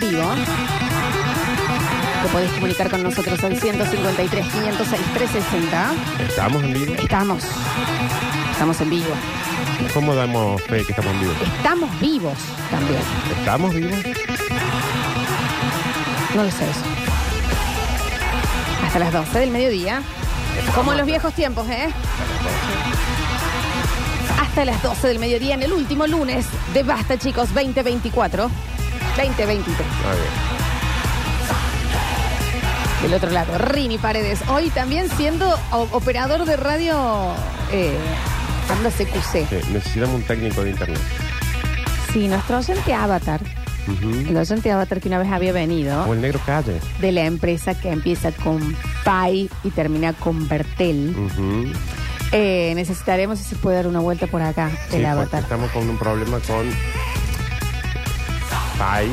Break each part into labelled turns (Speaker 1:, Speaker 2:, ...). Speaker 1: vivo. Te podés comunicar con nosotros al 153 506 360.
Speaker 2: ¿Estamos en vivo?
Speaker 1: Estamos. Estamos en vivo.
Speaker 2: ¿Cómo damos fe que estamos en vivo?
Speaker 1: Estamos vivos también.
Speaker 2: ¿Estamos vivos?
Speaker 1: No lo sé eso. Hasta las 12 del mediodía. Como en los viejos tiempos, ¿eh? Hasta las 12 del mediodía en el último lunes de Basta, chicos, 2024. 2023.
Speaker 2: Ah, bien.
Speaker 1: Del otro lado, Rini Paredes. Hoy también siendo o- operador de radio eh, Onda CQC.
Speaker 2: Sí, necesitamos un técnico de internet.
Speaker 1: Sí, nuestro oyente Avatar.
Speaker 2: Ujú.
Speaker 1: El oyente Avatar que una vez había
Speaker 2: O
Speaker 1: venido
Speaker 2: el negro calle.
Speaker 1: de la empresa que empieza con PAI y termina con Bertel.
Speaker 2: Ujú.
Speaker 1: Eh, necesitaremos si se puede dar una vuelta por acá,
Speaker 2: Sí,
Speaker 1: el
Speaker 2: porque
Speaker 1: Avatar.
Speaker 2: estamos con un problema con. Pai.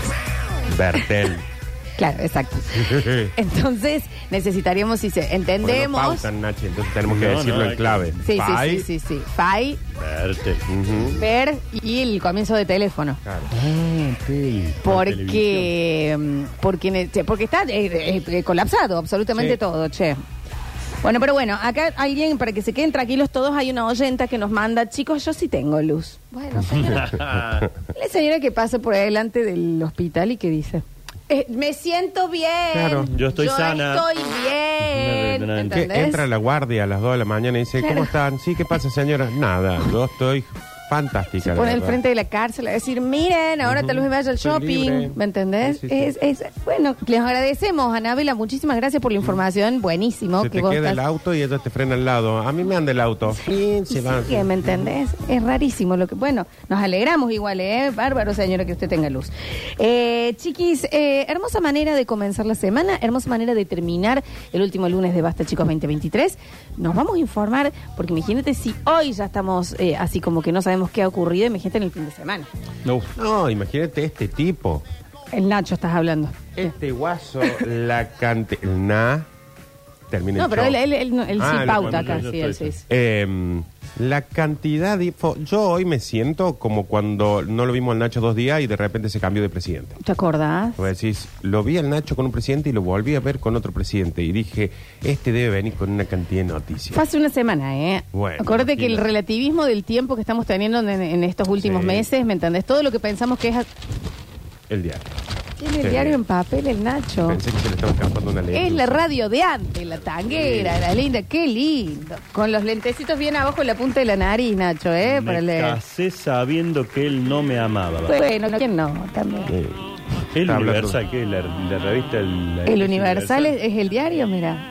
Speaker 2: Bertel.
Speaker 1: Claro, exacto. Entonces, necesitaríamos, si se
Speaker 2: Porque no
Speaker 1: entendemos.
Speaker 2: pautan, Nachi, entonces tenemos que
Speaker 3: No, no,
Speaker 2: decirlo
Speaker 3: hay
Speaker 2: en
Speaker 3: que-
Speaker 2: clave.
Speaker 1: sí, sí,
Speaker 2: Pai.
Speaker 1: sí, sí, sí. Fai,
Speaker 3: Verte.
Speaker 2: Ujú.
Speaker 1: ver y el comienzo de teléfono.
Speaker 2: Claro.
Speaker 3: Ah,
Speaker 1: Porque, mm, porque, ne- che, porque está eh, eh, eh, colapsado absolutamente
Speaker 3: Sí.
Speaker 1: todo, che. Bueno, pero bueno, acá alguien, para que se queden tranquilos todos, hay una oyenta que nos manda, chicos, yo sí tengo luz. Bueno, señora. la señora que pasa por adelante del hospital y que dice, "Eh, me siento bien.
Speaker 2: Claro.
Speaker 3: Yo estoy sana."
Speaker 1: estoy bien.
Speaker 3: No, no, no, no.
Speaker 2: Que
Speaker 1: ¿Entendés?
Speaker 2: entra la guardia a las 2 de la mañana y dice,
Speaker 1: Claro.
Speaker 2: ¿cómo están? Sí, ¿qué pasa, señora? Nada, yo estoy fantástica.
Speaker 1: Se
Speaker 2: la
Speaker 1: pone al
Speaker 2: verdad.
Speaker 1: frente de la cárcel a decir, miren, ahora
Speaker 2: Ujú.
Speaker 1: tal vez me vaya al
Speaker 2: Estoy
Speaker 1: shopping.
Speaker 2: libre.
Speaker 1: ¿Me entendés?
Speaker 2: Sí, sí, sí.
Speaker 1: Es, es- bueno, les agradecemos, Anabela. Muchísimas gracias por la información. Buenísimo.
Speaker 2: Mm. Se
Speaker 1: que
Speaker 2: te
Speaker 1: vos
Speaker 2: queda el
Speaker 1: estás-
Speaker 2: auto y ella te frena al lado. A mí me anda el auto. Sí,
Speaker 1: Y
Speaker 2: se va. Mm.
Speaker 1: sigue, ¿Me entendés? Es rarísimo lo que. Bueno, nos alegramos igual, ¿eh? Bárbaro, señora, que usted tenga luz. Eh, chiquis, eh, hermosa manera de comenzar la semana, hermosa manera de terminar el último lunes de Basta, chicos, 2023. Nos vamos a informar, porque imagínate si hoy ya estamos eh, así como que no sabemos qué ha ocurrido, imagínate en el fin de semana.
Speaker 3: No.
Speaker 2: No, imagínate este tipo.
Speaker 1: El Nacho estás hablando.
Speaker 2: Este guaso, la cante... Na. Termina
Speaker 1: No,
Speaker 2: el
Speaker 1: pero
Speaker 2: show.
Speaker 1: él, él, él no- él
Speaker 2: Ah,
Speaker 1: sí
Speaker 2: no,
Speaker 1: pauta
Speaker 3: cuando
Speaker 1: acá,
Speaker 3: yo
Speaker 1: sí,
Speaker 3: estoy,
Speaker 1: él sí.
Speaker 3: sí.
Speaker 2: Eh, la cantidad de... info- Yo hoy me siento como cuando no lo vimos al Nacho dos días y de repente se cambió de presidente.
Speaker 1: ¿Te acordás?
Speaker 2: Vos decís, lo vi al Nacho con un presidente y lo volví a ver con otro presidente. Y dije, este debe venir con una cantidad de
Speaker 1: Fue
Speaker 2: noticias.
Speaker 1: hace una semana, ¿eh?
Speaker 2: Bueno,
Speaker 1: Acuérdate que el
Speaker 2: imagínate.
Speaker 1: relativismo del tiempo que estamos teniendo en, en estos últimos
Speaker 2: Sí.
Speaker 1: meses, ¿me entendés? Todo lo que pensamos que es... a-
Speaker 2: El diario.
Speaker 1: Tiene el
Speaker 2: Sí.
Speaker 1: diario en papel el Nacho.
Speaker 2: Pensé que se le estaba escapando una ley.
Speaker 1: Es la radio de antes, la tanguera, la linda, qué lindo. Con los lentecitos bien abajo en la punta de la nariz, Nacho, ¿eh? Para
Speaker 3: Me
Speaker 1: leer.
Speaker 3: casé sabiendo que él no me amaba. va.
Speaker 1: Bueno, ¿quién no? También.
Speaker 2: Eh,
Speaker 3: El
Speaker 2: Está hablando.
Speaker 3: Universal, que es la, la revista. El, la-
Speaker 1: El Universal es, es el diario, mira.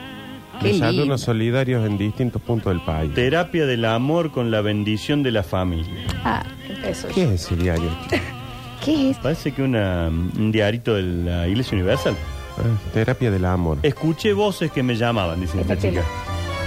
Speaker 1: Qué lindo.
Speaker 2: desayunos solidarios en distintos puntos del país.
Speaker 3: Terapia del amor con la bendición de la familia.
Speaker 1: Ah, empezó.
Speaker 2: ¿Qué es ese diario?
Speaker 1: ¿Qué es?
Speaker 3: Parece que una, un diarito de la Iglesia Universal.
Speaker 2: Ah, terapia del amor.
Speaker 3: Escuché voces que me llamaban, dice esta
Speaker 1: Este
Speaker 3: chica.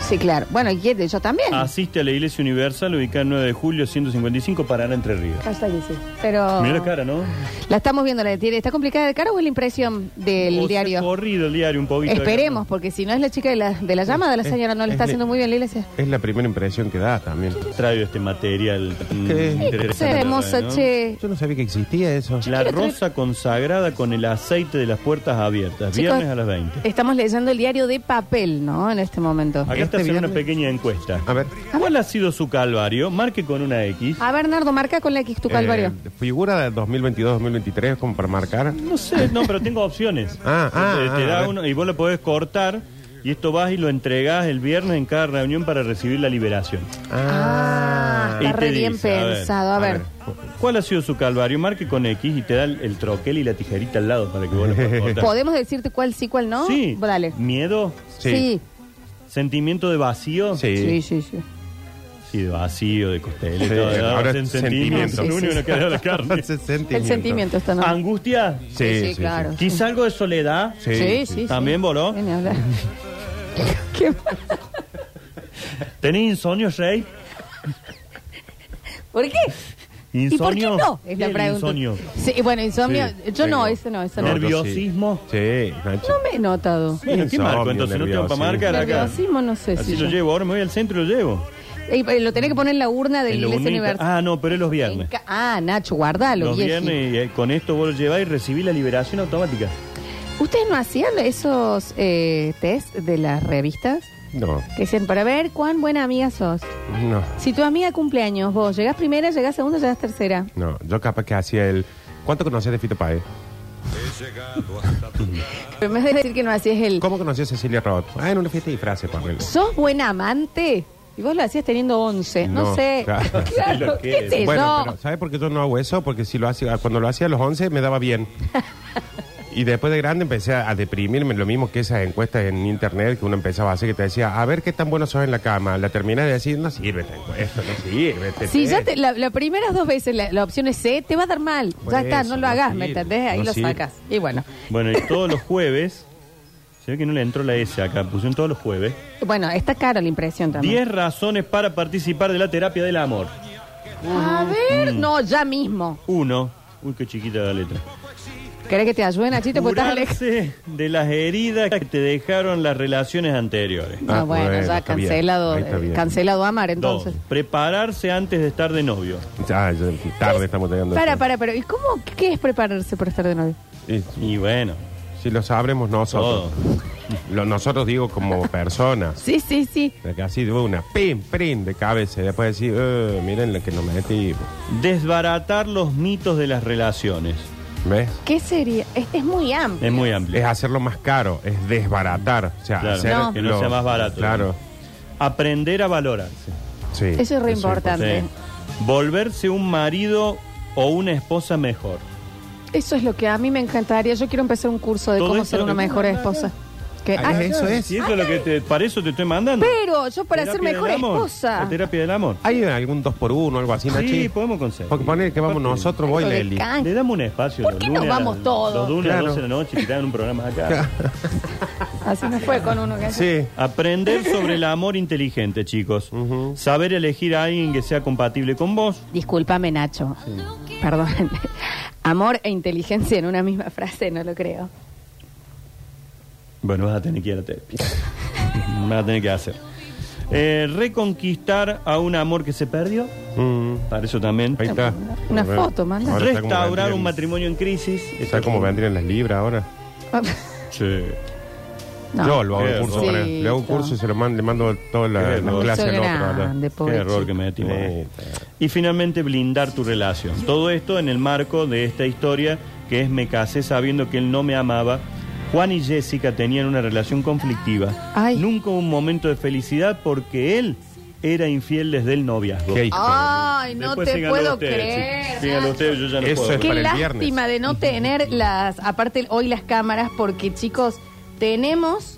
Speaker 1: Sí, claro. Bueno, y él- yo también.
Speaker 2: Ah,
Speaker 3: Asiste a la Iglesia Universal ubicada en 9 de julio 155 Paraná Entre Ríos.
Speaker 1: Hashtag que sí. Pero.
Speaker 3: Mira la cara, ¿no?
Speaker 1: La estamos viendo, la tiene. ¿Está complicada de cara o es la impresión del
Speaker 3: O sea,
Speaker 1: diario?
Speaker 3: Corrido el diario un poquito.
Speaker 1: Esperemos, porque si no es la chica de la, de la llamada, la
Speaker 2: Es-
Speaker 1: señora no le
Speaker 2: es
Speaker 1: está
Speaker 2: le-
Speaker 1: haciendo muy bien la iglesia.
Speaker 2: Es la primera impresión que da también.
Speaker 3: Traigo este material. mm,
Speaker 2: Qué
Speaker 1: Es
Speaker 3: interesante,
Speaker 1: hermosa,
Speaker 3: ¿no?
Speaker 1: che.
Speaker 2: Yo no sabía que existía eso.
Speaker 3: La rosa consagrada con el aceite de las puertas abiertas,
Speaker 1: Chicos,
Speaker 3: viernes a las 20.
Speaker 1: Estamos leyendo el diario de papel, ¿no? En este momento.
Speaker 3: Acá
Speaker 2: este
Speaker 3: está haciendo
Speaker 2: viernes-
Speaker 3: una pequeña encuesta.
Speaker 2: A ver.
Speaker 3: ¿Cuál ha sido su calvario? Marque con una X.
Speaker 1: A ver, Nardo, marca con la X tu calvario.
Speaker 2: eh, figura de 2022-2023 como para marcar.
Speaker 3: No sé, no, pero tengo opciones.
Speaker 2: Ah, ah,
Speaker 3: Te- te
Speaker 2: ah, a
Speaker 3: da
Speaker 2: ver.
Speaker 3: uno y vos lo podés cortar y esto vas y lo entregás el viernes en cada reunión para recibir la liberación.
Speaker 1: Ah,
Speaker 3: Eh, Y
Speaker 1: está
Speaker 3: te
Speaker 1: re bien
Speaker 3: dice, a ver,
Speaker 1: pensado. A ver.
Speaker 3: ¿Cuál ha sido su calvario? Marque con X y te da el, el troquel y la tijerita al lado para que vos lo puedas cortar.
Speaker 1: ¿Podemos decirte cuál sí, cuál no?
Speaker 3: Sí.
Speaker 1: Dale.
Speaker 3: ¿Miedo?
Speaker 1: Sí.
Speaker 2: Sí.
Speaker 3: ¿Sentimiento de vacío?
Speaker 2: Sí.
Speaker 1: Sí, sí, sí.
Speaker 3: Sí, de vacío, de costel.
Speaker 2: Sí, ahora sentimiento.
Speaker 3: Lo único que queda es la carne.
Speaker 2: Ese sentimiento.
Speaker 1: El sentimiento está, ¿no?
Speaker 3: Ah, ¿Angustia?
Speaker 2: Sí,
Speaker 1: Sí,
Speaker 2: sí,
Speaker 1: sí, claro.
Speaker 3: ¿Quizá algo de soledad?
Speaker 2: Sí, sí.
Speaker 3: ¿También voló?
Speaker 1: Ni hablar. Qué mal.
Speaker 3: ¿Tenés insomnio, Rey?
Speaker 1: ¿Por qué? ¿Y por qué
Speaker 3: ¿Insomnio?
Speaker 1: no? Es la
Speaker 3: El
Speaker 1: pregunta.
Speaker 3: insomnio.
Speaker 1: Sí, bueno, insomnio.
Speaker 2: Sí,
Speaker 1: yo no,
Speaker 2: tengo.
Speaker 1: eso no, eso no.
Speaker 2: No, yo
Speaker 3: ¿Nerviosismo?
Speaker 2: Sí, Nacho.
Speaker 1: No me he notado.
Speaker 3: Bueno, ¿qué
Speaker 2: Insomnio,
Speaker 3: marco? Entonces no tengo para
Speaker 2: nerviosismo.
Speaker 3: marcar acá.
Speaker 1: Nerviosismo, no sé
Speaker 3: Así
Speaker 1: si
Speaker 3: lo
Speaker 1: yo.
Speaker 3: llevo, ahora me voy al centro y lo llevo.
Speaker 1: Eh, eh, lo tenés que poner en la urna de
Speaker 3: En
Speaker 1: la
Speaker 3: la
Speaker 1: iglesia
Speaker 3: urnita.
Speaker 1: universal.
Speaker 3: Ah, no, pero es los
Speaker 1: En
Speaker 3: viernes.
Speaker 1: ca- Ah, Nacho, guardalo.
Speaker 3: Los
Speaker 1: vieji.
Speaker 3: viernes y eh, con esto vos lo llevás y recibís la liberación automática.
Speaker 1: ¿Ustedes no hacían esos eh, test de las revistas?
Speaker 2: No,
Speaker 1: Que decían, para ver cuán buena amiga sos.
Speaker 2: no,
Speaker 1: Si tu amiga cumpleaños, vos llegás primera, llegás segunda, llegás tercera.
Speaker 2: no. Yo capaz que hacía el. ¿Cuánto conocías de Fito Páez?
Speaker 1: Pero en vez de decir que no hacías el...
Speaker 2: ¿Cómo conocías a Cecilia Roth? Ah, en una fiesta de disfraces, por ejemplo.
Speaker 1: ¿Sos buen amante? Y vos lo hacías teniendo 11. No,
Speaker 2: No,
Speaker 1: sé.
Speaker 2: claro.
Speaker 1: Claro,
Speaker 3: Lo que
Speaker 1: ¿qué
Speaker 3: es.
Speaker 1: sé
Speaker 2: Bueno,
Speaker 1: yo?
Speaker 2: pero ¿sabes por qué yo no hago eso? Porque si lo hacía, cuando lo hacía a los 11 me daba bien. Y después de grande empecé a, a deprimirme, lo mismo que esas encuestas en internet que uno empezaba a hacer que te decía, a ver qué tan bueno sos en la cama. La terminás de decir, no sirve esta encuesta, no sirve. este
Speaker 1: Si ya
Speaker 2: test".
Speaker 1: te, la, las primeras dos veces la, la opción es C, te va a dar mal.
Speaker 2: Por
Speaker 1: ya está,
Speaker 2: eso,
Speaker 1: no lo
Speaker 2: no
Speaker 1: hagas,
Speaker 2: sirve,
Speaker 1: ¿me entendés? Ahí
Speaker 2: no
Speaker 1: lo
Speaker 2: sirve.
Speaker 1: sacas. Y bueno,
Speaker 3: Bueno, y todos los jueves, se ve que no le entró la S acá, pusieron todos los jueves.
Speaker 1: bueno, está cara la impresión también.
Speaker 3: 10 razones para participar de la terapia del amor.
Speaker 1: A
Speaker 2: Mm.
Speaker 1: ver, no, ya mismo.
Speaker 3: Uno, uy, qué chiquita la letra.
Speaker 1: ¿Querés que te ayude, Nachito? Porque estás lejos.
Speaker 3: Curarse de las heridas que te dejaron las relaciones anteriores.
Speaker 1: No,
Speaker 2: Ah,
Speaker 1: bueno,
Speaker 2: bueno,
Speaker 1: ya
Speaker 2: está bien.
Speaker 1: cancelado,
Speaker 2: Ahí está
Speaker 1: eh,
Speaker 2: bien.
Speaker 1: cancelado amar
Speaker 3: Dos,
Speaker 1: entonces.
Speaker 3: prepararse antes de estar de novio.
Speaker 2: Ah, ya- tarde estamos llegando. a
Speaker 1: Para,
Speaker 2: eso.
Speaker 1: para, para. ¿Y cómo qué es prepararse para estar de novio?
Speaker 2: Y-
Speaker 3: Y bueno,
Speaker 2: si lo sabremos nosotros.
Speaker 3: todo.
Speaker 2: Lo- nosotros digo como personas.
Speaker 1: Sí, sí, sí.
Speaker 2: De que Así de una, pim, pim, de cabeza. Y después decir, eh, miren lo que nos metí.
Speaker 3: Desbaratar los mitos de las relaciones.
Speaker 2: ¿Ves?
Speaker 1: ¿Qué sería? Es, es muy amplio.
Speaker 3: Es muy amplio.
Speaker 2: Es hacerlo más caro, es desbaratar. O sea,
Speaker 3: Claro,
Speaker 2: hacer
Speaker 1: No.
Speaker 3: que no
Speaker 2: lo-
Speaker 3: sea más barato.
Speaker 2: Claro,
Speaker 3: Aprender a valorarse.
Speaker 2: sí.
Speaker 1: Eso es re
Speaker 3: Sí.
Speaker 1: importante.
Speaker 3: Volverse un marido o una esposa mejor.
Speaker 1: Eso es lo que a mí me encantaría. Yo quiero empezar un curso de
Speaker 3: Todo
Speaker 1: cómo
Speaker 3: eso
Speaker 1: ser
Speaker 3: lo
Speaker 1: una
Speaker 3: que-
Speaker 1: mejor esposa. Que,
Speaker 2: Ah,
Speaker 1: ah,
Speaker 2: eso es.
Speaker 3: Si eso es lo que te, para eso te estoy mandando.
Speaker 1: pero yo para ser
Speaker 3: Terapia
Speaker 1: mejor
Speaker 3: del amor,
Speaker 1: esposa.
Speaker 3: la terapia del amor.
Speaker 2: ¿Hay algún 2x1 o algo así,
Speaker 3: Sí,
Speaker 2: Nachi?
Speaker 3: podemos conseguir.
Speaker 2: Porque poner que vamos
Speaker 3: Aparte,
Speaker 2: nosotros, voy
Speaker 1: Algo de
Speaker 2: Leli.
Speaker 1: can-
Speaker 3: Le damos un espacio.
Speaker 1: ¿Por
Speaker 3: los
Speaker 1: qué no
Speaker 3: lunes a-
Speaker 1: vamos todos?
Speaker 3: Los lunes
Speaker 2: Claro.
Speaker 3: a las 12 de la noche que te dan un programa acá.
Speaker 1: Así no fue con uno que hace.
Speaker 2: Sí.
Speaker 3: Aprender sobre el amor inteligente, chicos.
Speaker 2: Ujú.
Speaker 3: Saber elegir a alguien que sea compatible con vos.
Speaker 1: Discúlpame, Nacho. Perdón. Amor e inteligencia en una misma frase, no lo creo.
Speaker 3: Bueno, vas a tener que ir a la terapia. vas a tener que hacer. Eh, reconquistar a un amor que se perdió.
Speaker 2: Mm,
Speaker 3: Para eso también.
Speaker 2: ahí está.
Speaker 1: Una
Speaker 2: A ver.
Speaker 1: foto, manda.
Speaker 2: Ahora está como
Speaker 3: Restaurar
Speaker 2: vendrían-
Speaker 3: un matrimonio en crisis.
Speaker 2: Está como vendrían las libras ahora.
Speaker 3: Sí.
Speaker 1: No.
Speaker 2: Yo lo hago un
Speaker 3: Qué
Speaker 2: curso para él. Le hago un
Speaker 1: hermosito.
Speaker 2: curso y se lo mando, le mando toda
Speaker 3: Qué
Speaker 2: la, la
Speaker 3: hermoso.
Speaker 2: clase
Speaker 1: Eso
Speaker 2: al otro.
Speaker 1: era-
Speaker 2: ahora.
Speaker 1: Grande, pobre
Speaker 3: Qué error
Speaker 1: chico.
Speaker 3: que me metimos.
Speaker 2: Sí.
Speaker 3: Eh. Y finalmente blindar tu relación. Todo esto en el marco de esta historia que es me casé sabiendo que él no me amaba. Juan y Jessica tenían una relación conflictiva.
Speaker 1: Ay.
Speaker 3: Nunca hubo un momento de felicidad porque él era infiel desde el noviazgo.
Speaker 2: Qué hijo de-
Speaker 1: Ay, no
Speaker 3: Después
Speaker 1: te
Speaker 3: síganlo
Speaker 1: puedo
Speaker 3: ustedes,
Speaker 1: creer.
Speaker 3: chicos. Síganlo ustedes, yo ya no
Speaker 2: Eso
Speaker 3: puedo.
Speaker 2: es
Speaker 1: Qué
Speaker 2: para el
Speaker 1: lástima de no tener las, aparte hoy las cámaras, porque chicos, tenemos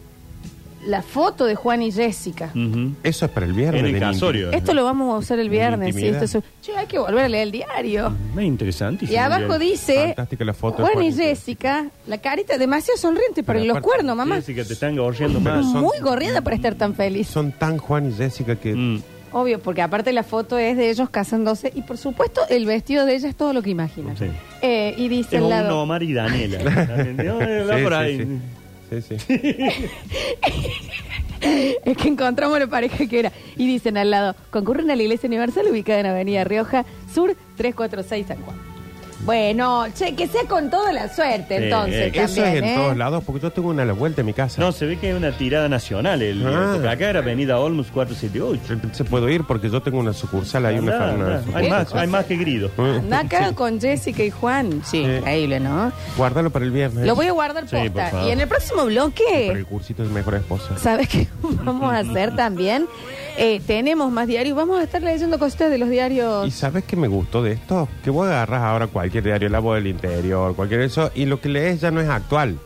Speaker 1: la foto de Juan y Jessica.
Speaker 3: Ujú.
Speaker 2: Eso es para el viernes.
Speaker 3: En el
Speaker 2: de Ninti.
Speaker 3: casorio.
Speaker 1: Esto lo vamos a usar el viernes. ¿sí?
Speaker 2: Intimidad.
Speaker 1: Esto es- Che, hay que volver a leer el diario.
Speaker 3: Es interesante.
Speaker 1: Y abajo dice
Speaker 2: Fantástica la foto de
Speaker 1: Juan y
Speaker 2: Juan y
Speaker 1: Jessica, la carita demasiado sonriente para
Speaker 2: Pero
Speaker 1: los
Speaker 2: aparte,
Speaker 1: cuernos, mamá.
Speaker 3: Jessica, te están gorreando
Speaker 2: Pero
Speaker 3: más.
Speaker 2: son-
Speaker 1: Muy gorriada para estar tan feliz.
Speaker 2: Son tan Juan y Jessica que.
Speaker 3: Mm.
Speaker 1: Obvio, porque aparte la foto es de ellos casándose y por supuesto el vestido de ella es todo lo que imaginas.
Speaker 3: Sí.
Speaker 1: Eh, y dice
Speaker 3: Es
Speaker 1: al
Speaker 3: un
Speaker 1: lado.
Speaker 3: Omar y Daniela. No, eh, va
Speaker 2: Sí,
Speaker 3: por
Speaker 2: sí,
Speaker 3: ahí.
Speaker 2: Sí, sí. sí.
Speaker 1: Es que encontramos la pareja que era. Y dicen al lado, concurren a la Iglesia Universal ubicada en Avenida Rioja, Sur 346 San Juan. Bueno, che, que sea con toda la suerte
Speaker 3: Sí,
Speaker 1: entonces.
Speaker 3: eh,
Speaker 2: Eso es
Speaker 1: también,
Speaker 2: en
Speaker 1: ¿eh?
Speaker 2: todos lados, porque yo tengo una a la vuelta en mi casa.
Speaker 3: No, se ve que hay una tirada nacional. El,
Speaker 2: Ah.
Speaker 3: porque acá era Avenida Olmos 478.
Speaker 2: Se puedo ir porque yo tengo una sucursal, hay una,
Speaker 3: Andá,
Speaker 2: una
Speaker 3: andá.
Speaker 2: sucursal.
Speaker 3: Hay más, hay más que grido.
Speaker 1: Andá acá con Jessica y Juan. Sí, increíble, ¿no?
Speaker 2: Guárdalo para el viernes.
Speaker 1: Lo voy a guardar
Speaker 3: Sí, por
Speaker 1: posta.
Speaker 3: favor.
Speaker 1: y en el próximo bloque.
Speaker 2: Para el cursito de mejor esposa.
Speaker 1: ¿Sabes qué vamos a hacer también? Eh, tenemos más diarios. Vamos a estar leyendo cosas de los
Speaker 2: ¿Y
Speaker 1: diarios.
Speaker 2: sabes qué me gustó de esto? Que vos agarras ahora cualquier diario, la voz del interior, cualquier eso, y lo que lees ya no es actual.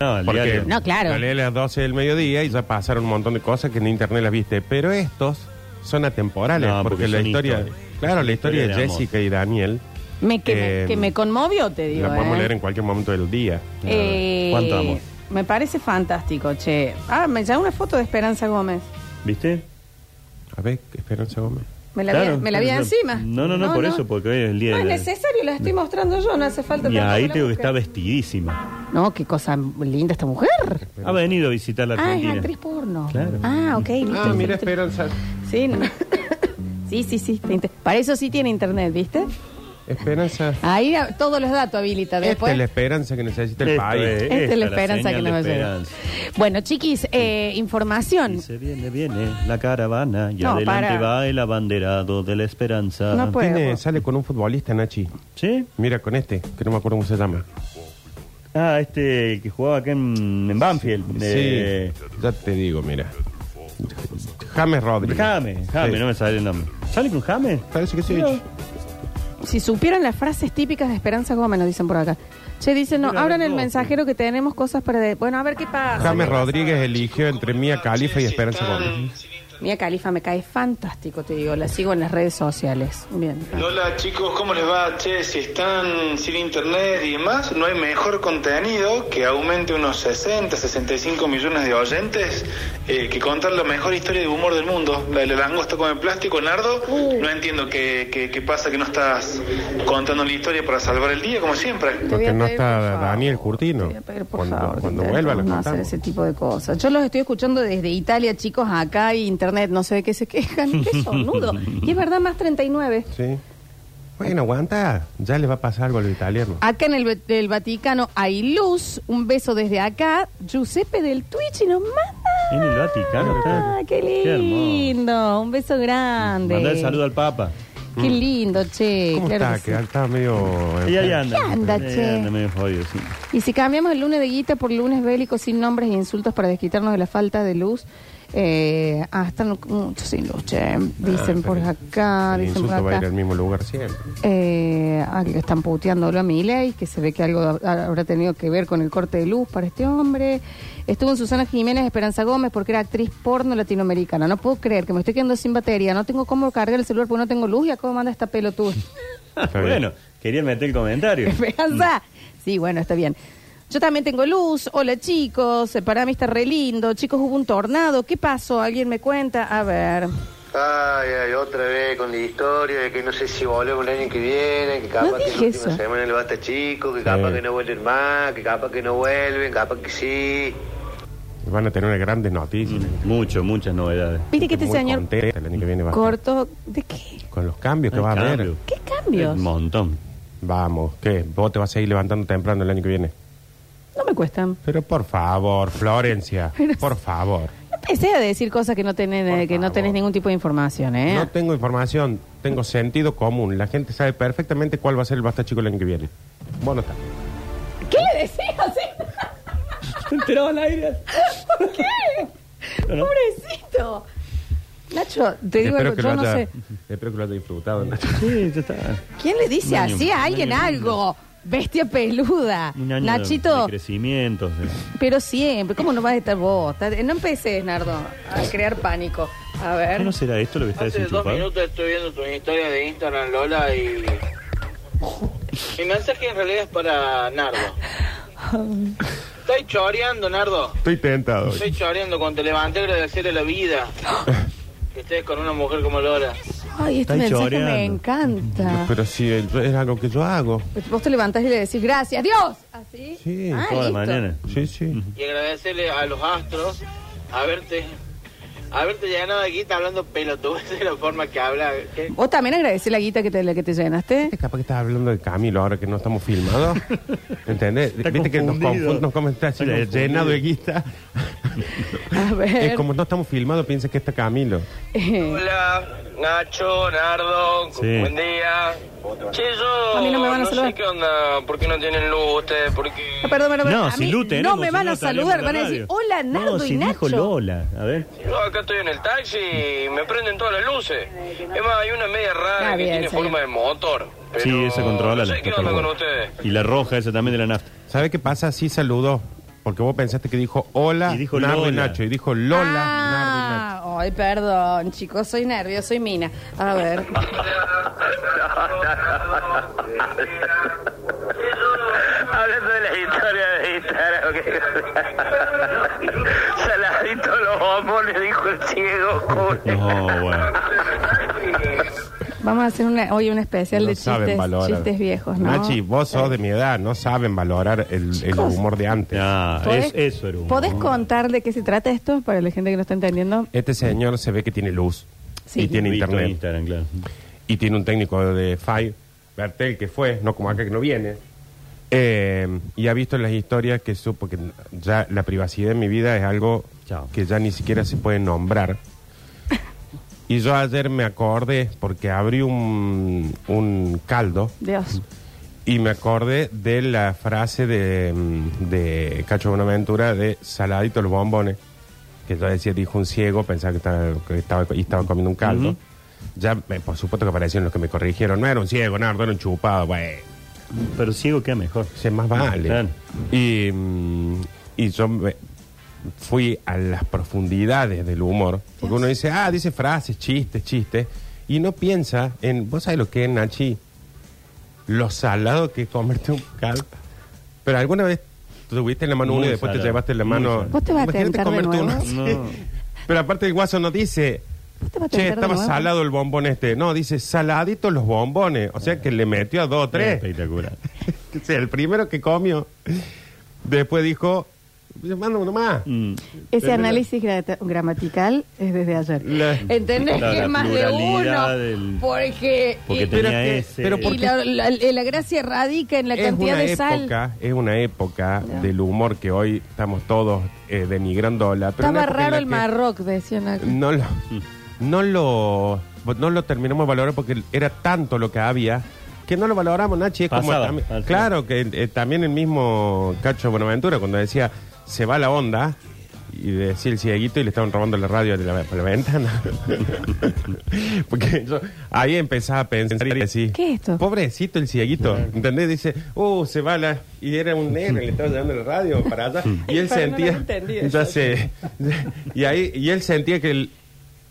Speaker 3: No, el
Speaker 2: Porque
Speaker 3: diario.
Speaker 1: No, claro.
Speaker 2: Lo lees a las 12 del mediodía y ya pasaron un montón de cosas que en internet las viste. Pero estos son atemporales,
Speaker 3: No,
Speaker 2: porque,
Speaker 3: porque
Speaker 2: la
Speaker 3: son
Speaker 2: historia.
Speaker 3: historias.
Speaker 2: Claro, la
Speaker 3: Historia
Speaker 2: historia de
Speaker 3: de amor.
Speaker 2: Jessica y Daniel
Speaker 1: Me, que, me-
Speaker 2: eh,
Speaker 1: que me conmovió, te digo.
Speaker 2: la podemos
Speaker 1: ¿eh?
Speaker 2: leer en cualquier momento del día.
Speaker 1: Eh,
Speaker 3: ¿Cuánto amor?
Speaker 1: Me parece fantástico, che. Ah, me llegó una foto de Esperanza Gómez.
Speaker 3: ¿Viste?
Speaker 2: A ver, Esperanza Gómez.
Speaker 1: Me la,
Speaker 3: Claro,
Speaker 1: vi, me la vi
Speaker 3: por eso.
Speaker 1: encima.
Speaker 3: No, no, no, por eso, porque hoy es el día
Speaker 1: No es
Speaker 3: de la-
Speaker 1: necesario, la estoy mostrando yo, no hace falta.
Speaker 3: Y
Speaker 1: tampoco
Speaker 3: ahí
Speaker 1: la
Speaker 3: tengo que
Speaker 1: busque.
Speaker 3: está vestidísima.
Speaker 1: No, qué cosa linda esta mujer.
Speaker 3: Ha venido a visitar la
Speaker 1: Ah, es
Speaker 3: Argentina.
Speaker 1: actriz porno.
Speaker 3: Claro.
Speaker 1: Ah, ok. listo,
Speaker 2: Ah, mira
Speaker 1: listo.
Speaker 2: Esperanza.
Speaker 1: Sí, no. Sí, sí, sí. te inter- Para eso sí tiene internet, ¿viste?
Speaker 2: Esperanza.
Speaker 1: Ahí ah, todos los datos habilita
Speaker 2: Esta
Speaker 1: después.
Speaker 2: es la esperanza que necesita el
Speaker 3: Esto
Speaker 2: país.
Speaker 3: es.
Speaker 1: Esta es la
Speaker 3: Esta, la
Speaker 1: esperanza que
Speaker 3: señal
Speaker 1: nos va a
Speaker 3: de
Speaker 1: llegar.
Speaker 3: esperanza.
Speaker 1: Bueno, chiquis, eh, información.
Speaker 3: Y se viene, viene la caravana y
Speaker 1: No,
Speaker 3: adelante
Speaker 1: para.
Speaker 3: va el abanderado de la esperanza.
Speaker 1: No puedo.
Speaker 2: Tiene- sale con un futbolista, Nachi.
Speaker 3: ¿Sí?
Speaker 2: Mira, con este, que no me acuerdo cómo se llama.
Speaker 3: Ah, este que jugaba acá en, en Banfield. eh,
Speaker 2: Sí, ya te digo, mira. James Rodríguez.
Speaker 3: Jame, Jame,
Speaker 2: Sí.
Speaker 3: no me sale el nombre. ¿Sale con Jame?
Speaker 2: Parece que sí.
Speaker 3: Mira.
Speaker 1: Si supieran las frases típicas de Esperanza Gómez, nos dicen por acá. Che, dicen, no,
Speaker 3: Mira,
Speaker 1: abran el
Speaker 3: loco.
Speaker 1: mensajero que tenemos cosas para... de- Bueno, a ver qué pasa.
Speaker 2: James
Speaker 1: ¿Qué pasa?
Speaker 2: Rodríguez eligió entre Mía Califa y Esperanza Gómez.
Speaker 1: Mía Califa me cae fantástico, te digo. La sigo en las redes sociales. Bien.
Speaker 4: Hola chicos, ¿cómo les va? Che, si están sin internet y demás, no hay mejor contenido que aumente unos 60, 65 millones de oyentes eh, que contar la mejor historia de humor del mundo. La de la langosta con el plástico, Nardo. No entiendo qué, qué- qué pasa que no estás contando la historia para salvar el día, como siempre.
Speaker 1: Te voy a
Speaker 2: Porque no
Speaker 1: pedir, por
Speaker 2: está
Speaker 1: favor.
Speaker 2: Daniel
Speaker 1: Te
Speaker 2: Curtino.
Speaker 1: voy a pedir, por favor,
Speaker 2: Cuando,
Speaker 1: que
Speaker 2: cuando
Speaker 1: intentemos
Speaker 2: vuelva la
Speaker 1: no hacer
Speaker 2: contamos.
Speaker 1: ese tipo de cosas. Yo los estoy escuchando desde Italia, chicos, acá, y internet, no sé de qué se quejan. Qué sonudo. Y es verdad, más 39.
Speaker 2: Sí. Bueno, aguanta. Ya le va a pasar algo a los italianos.
Speaker 1: Acá en el, Ve- del Vaticano hay luz. Un beso desde acá. Giuseppe del Twitch y nos manda.
Speaker 3: En el Vaticano
Speaker 1: Ah,
Speaker 3: está.
Speaker 1: qué
Speaker 3: hermoso.
Speaker 1: lindo. Un beso grande.
Speaker 3: Mandar saludo al Papa.
Speaker 1: Qué lindo, che.
Speaker 2: ¿Cómo
Speaker 1: claro
Speaker 2: está?
Speaker 1: que sí.
Speaker 2: Que está medio.
Speaker 3: Y ahí anda.
Speaker 1: ¿Qué anda,
Speaker 3: Ahí
Speaker 1: che?
Speaker 3: anda medio jodido, sí.
Speaker 1: Y si cambiamos el lunes de guita por lunes bélicos sin nombres e insultos para desquitarnos de la falta de luz. Eh, ah, están muchos sin luz, che. Dicen
Speaker 2: Ah,
Speaker 1: por
Speaker 2: pero
Speaker 1: acá,
Speaker 2: el
Speaker 1: dicen por
Speaker 2: insulto va a ir
Speaker 1: acá.
Speaker 2: al mismo lugar siempre.
Speaker 1: Eh, ah, que están puteándolo a Miley, que se ve que algo ha- habrá tenido que ver con el corte de luz para este hombre. Estuvo en Susana Jiménez Esperanza Gómez porque era actriz porno latinoamericana. No puedo creer que me estoy quedando sin batería. No tengo cómo cargar el celular porque no tengo luz y acabo de mandar esta pelotuda.
Speaker 2: Está bien.
Speaker 3: bueno, quería meter el comentario.
Speaker 1: Esperanza. Sí, bueno, está bien. Yo también tengo luz. Hola chicos, Eh, para mí está re lindo. Chicos, hubo un tornado. ¿Qué pasó? ¿Alguien me cuenta? A ver.
Speaker 5: Ay, ay, otra vez con la historia de que no sé si volvemos el año que viene, que capaz
Speaker 1: No
Speaker 5: que
Speaker 1: dije
Speaker 5: la última
Speaker 1: eso.
Speaker 5: semana le basta chico, que capaz
Speaker 2: Sí.
Speaker 5: que no vuelven más, que capaz que no vuelven, capaz que sí.
Speaker 2: Van a tener grandes noticias.
Speaker 3: Mucho, muchas novedades.
Speaker 1: Mire que este
Speaker 2: Muy
Speaker 1: señor
Speaker 2: contenta el año que viene va a estar.
Speaker 1: corto. ¿De qué?
Speaker 2: Con los cambios que
Speaker 3: Hay
Speaker 2: va a haber.
Speaker 3: cambio.
Speaker 1: ¿Qué cambios?
Speaker 3: Un montón.
Speaker 2: Vamos, ¿qué? Vos te vas a ir levantando temprano el año que viene.
Speaker 1: No me cuestan.
Speaker 2: Pero por favor, Florencia, por favor.
Speaker 1: No empecé a decir cosas que no tenés, eh,
Speaker 2: Por
Speaker 1: que no
Speaker 2: favor.
Speaker 1: tenés ningún tipo de información, ¿eh?
Speaker 2: No tengo información, tengo sentido común. La gente sabe perfectamente cuál va a ser el basta chico el año que viene. Bueno, está.
Speaker 1: ¿Qué le eh? decís así?
Speaker 3: ¿Te enterabas al aire? Pero-
Speaker 1: Pobrecito. Nacho, te digo
Speaker 2: espero,
Speaker 1: algo,
Speaker 2: que lo
Speaker 1: yo no
Speaker 2: haya,
Speaker 1: sé.
Speaker 2: espero que lo haya disfrutado. Nacho.
Speaker 3: Sí, ya está.
Speaker 1: ¿Quién le dice
Speaker 3: Un año-
Speaker 1: así a alguien
Speaker 3: un año-
Speaker 1: algo? Bestia peluda.
Speaker 3: Un año de,
Speaker 1: Nachito,
Speaker 3: de crecimiento. de-
Speaker 1: pero siempre. ¿Cómo no vas a estar vos? Está- No empeces, Nardo, a crear pánico. A
Speaker 3: ¿Qué
Speaker 1: ver.
Speaker 3: no será esto lo que está
Speaker 6: Hace dos
Speaker 3: desenchufado?
Speaker 6: minutos estoy viendo tu historia de Instagram, Lola, y... Mi mensaje en realidad es para Nardo. Estoy choreando, Nardo.
Speaker 2: Estoy tentado.
Speaker 6: Estoy choreando cuando te levanté a agradecerle la vida. Que estés con una mujer como Lola.
Speaker 1: Ay, este
Speaker 3: Está
Speaker 1: mensaje
Speaker 3: choreando.
Speaker 1: me encanta. Pues
Speaker 2: Pero si el- es algo que yo hago.
Speaker 1: Vos te levantás y le decís, gracias, Dios. ¿Así?
Speaker 2: Sí,
Speaker 1: Ah,
Speaker 3: Toda la
Speaker 1: listo.
Speaker 3: mañana.
Speaker 2: Sí, sí.
Speaker 6: Y agradecerle a los astros haberte... Haberte llenado de guita hablando pelotudes de la forma que habla. que-
Speaker 1: Vos también agradecés la guita que te, la que te llenaste.
Speaker 2: Capaz que estás hablando de Camilo ahora que no estamos filmados. ¿Entendés?
Speaker 3: Está
Speaker 2: Viste que nos,
Speaker 3: confundido.
Speaker 2: confun- nos comenta así,
Speaker 3: Está confundido.
Speaker 2: llenado de guita.
Speaker 1: A ver.
Speaker 2: Es como no estamos filmados, piensa que está Camilo.
Speaker 1: Eh,
Speaker 6: Hola, Nacho, Nardo,
Speaker 3: Sí.
Speaker 6: buen día. Che, yo
Speaker 1: A mí no me van a saludar.
Speaker 6: sé qué onda, ¿por qué no tienen luz ustedes? Porque...
Speaker 1: ah, perdón, perdón,
Speaker 3: No,
Speaker 1: a
Speaker 3: sin
Speaker 1: mí
Speaker 3: luz
Speaker 1: no
Speaker 3: tenemos,
Speaker 1: me
Speaker 3: si
Speaker 1: van a
Speaker 3: estaríamos
Speaker 1: saludar,
Speaker 3: en
Speaker 1: van a
Speaker 3: radio.
Speaker 1: decir, hola Nardo
Speaker 3: no,
Speaker 1: y
Speaker 3: si
Speaker 1: Nacho.
Speaker 3: dijo Lola. A ver.
Speaker 6: Yo acá estoy en el taxi y me prenden todas las luces. Es más, hay una media rara
Speaker 1: Está
Speaker 6: que
Speaker 1: bien,
Speaker 6: tiene
Speaker 1: señor.
Speaker 6: forma de motor. Pero
Speaker 3: Sí, esa controla.
Speaker 6: no sé
Speaker 3: la-
Speaker 6: qué
Speaker 3: la
Speaker 6: onda con
Speaker 3: controla.
Speaker 6: ustedes.
Speaker 3: Y la roja, esa también de la nafta.
Speaker 2: ¿Sabe qué pasa? Sí saludó. Porque vos pensaste que dijo hola,
Speaker 3: Y dijo
Speaker 2: Nardo y
Speaker 3: Lola.
Speaker 2: Nacho. Y dijo Lola, Nardo y Nacho.
Speaker 1: Ah, ay, perdón, chicos, soy nervioso, soy mina. A ver.
Speaker 5: Hablando de la historia de Instagram, que... Saladito los bombones, dijo el ciego, cura.
Speaker 3: No, bueno.
Speaker 1: Vamos a hacer una, hoy un especial
Speaker 2: No
Speaker 1: de chistes, chistes viejos, ¿no?
Speaker 2: Nachi, vos sos de mi edad, no saben valorar el, el
Speaker 1: Chicos.
Speaker 2: humor de antes.
Speaker 3: Ah,
Speaker 1: ¿Podés-
Speaker 3: es, eso era un-
Speaker 1: ¿Podés contar de qué se trata esto para la gente que no está entendiendo?
Speaker 2: Este señor se ve que tiene luz.
Speaker 1: Sí.
Speaker 2: y tiene
Speaker 3: Visto en
Speaker 2: internet.
Speaker 3: Instagram, claro.
Speaker 2: Y tiene un técnico de Five, Bertel, que fue, no como acá que no viene. Eh, y ha visto las historias que supo que ya la privacidad en mi vida es algo
Speaker 3: Chao.
Speaker 2: que ya ni siquiera se puede nombrar. Y yo ayer me acordé, porque abrí un, un caldo,
Speaker 1: Dios.
Speaker 3: Mm.
Speaker 2: y me acordé de la frase de, mm, de Cacho Bonaventura de saladito los bombones, que yo decía, dijo un ciego, pensaba que estaba, que estaba, y estaba comiendo un caldo.
Speaker 3: Ujú.
Speaker 2: Ya, me- por supuesto que aparecieron los que me corrigieron, no era un ciego, Nardo, era un chupado, güey.
Speaker 3: Pero ciego queda mejor.
Speaker 2: Se más vale.
Speaker 3: Claro.
Speaker 2: Y, mm, y yo me- fui a las profundidades del humor. Porque uno dice, ah, dice frases, chistes, chistes. Y no piensa en, vos sabés lo que es, Nachi, lo salado que es comerte un caldo. Pero alguna vez tuviste en la mano
Speaker 3: Muy
Speaker 2: uno y después
Speaker 3: salado,
Speaker 2: te llevaste en la
Speaker 3: muy
Speaker 2: mano.
Speaker 3: salado.
Speaker 1: ¿Vos te vas a
Speaker 2: Imagínate
Speaker 1: tentar de
Speaker 2: comerte
Speaker 1: nuevo?
Speaker 2: uno.
Speaker 3: No.
Speaker 2: Pero aparte el guaso no dice,
Speaker 1: ¿Vos este te ¿eh? vas a
Speaker 2: che,
Speaker 1: tentar de
Speaker 2: estaba
Speaker 1: nuevo?
Speaker 2: salado el bombón este. No, dice, saladitos los bombones. O sea que le metió a dos o tres.
Speaker 3: Espectacular.
Speaker 2: O sea, el primero que comió. Después dijo, manda uno más.
Speaker 3: Mm.
Speaker 1: Ese análisis gra- gramatical es desde ayer.
Speaker 2: La-
Speaker 1: ¿Entendés
Speaker 3: Mm. La-
Speaker 1: que
Speaker 3: la
Speaker 1: es más de uno?
Speaker 3: pluralidad del-
Speaker 1: Porque.
Speaker 3: Porque
Speaker 1: y-
Speaker 3: tenía
Speaker 2: pero que-
Speaker 3: ese.
Speaker 2: pero ¿por
Speaker 1: y
Speaker 2: qué?
Speaker 1: la, la- la gracia radica en la
Speaker 2: es
Speaker 1: cantidad
Speaker 2: una
Speaker 1: de sal.
Speaker 2: época, es una época
Speaker 1: Ya.
Speaker 2: del humor que hoy estamos todos eh, denigrando la. pero una
Speaker 1: Estaba
Speaker 2: época en
Speaker 1: raro
Speaker 2: la
Speaker 1: el
Speaker 2: que
Speaker 1: Marroc, decían acá.
Speaker 3: Mm.
Speaker 2: No lo, no lo, no lo terminamos de valorar porque era tanto lo que había que no lo valoramos, Nachi. Es como
Speaker 3: Pasaba,
Speaker 2: también-
Speaker 3: al final.
Speaker 2: claro que eh, también el mismo Cacho Buenaventura cuando decía se va la onda y decía el cieguito y le estaban robando la radio de la, por la ventana. Porque yo ahí empezaba a pensar y decir,
Speaker 1: ¿Qué es esto?
Speaker 2: Pobrecito el cieguito, ¿entendés? Dice, uh, se va la... Y era un negro y le estaba llevando la radio para allá.
Speaker 3: Mm.
Speaker 2: Y él
Speaker 1: Para no
Speaker 2: sentía...
Speaker 1: lo entendí eso.
Speaker 2: ya sé. y ahí y él sentía que el,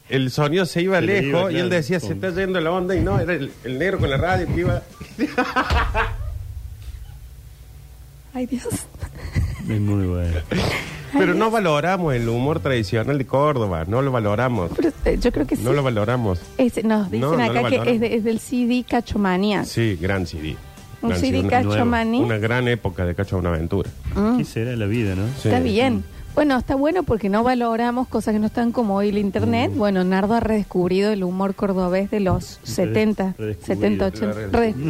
Speaker 2: el sonido se iba
Speaker 3: Se le
Speaker 2: lejos
Speaker 3: iba,
Speaker 2: y él
Speaker 3: claro.
Speaker 2: decía, se está yendo la onda y no, era el, el negro con la radio que iba...
Speaker 1: Ay, Dios.
Speaker 3: Es muy bueno.
Speaker 2: Pero no valoramos el humor tradicional de Córdoba, no lo valoramos.
Speaker 1: Pero, eh, yo creo que sí.
Speaker 2: No lo valoramos.
Speaker 1: Es- nos
Speaker 2: No,
Speaker 1: dicen
Speaker 2: no
Speaker 1: acá
Speaker 2: lo
Speaker 1: que
Speaker 2: valoran.
Speaker 1: es, de- es del CD Cachomanía.
Speaker 2: Sí, gran CD.
Speaker 1: Ah. Un
Speaker 2: Gran
Speaker 1: CD
Speaker 2: una-
Speaker 1: Cachomanía.
Speaker 2: Una gran época de Cacho Buenaventura.
Speaker 1: Ah.
Speaker 3: ¿Qué será la vida, no?
Speaker 2: Sí.
Speaker 1: Está bien. Bueno, está bueno porque no valoramos cosas que no están como hoy el internet.
Speaker 2: Mm.
Speaker 1: Bueno, Nardo ha redescubrido el humor cordobés de los 70,
Speaker 3: redescubrido,
Speaker 1: 70, 80.
Speaker 2: lo ha
Speaker 1: Re-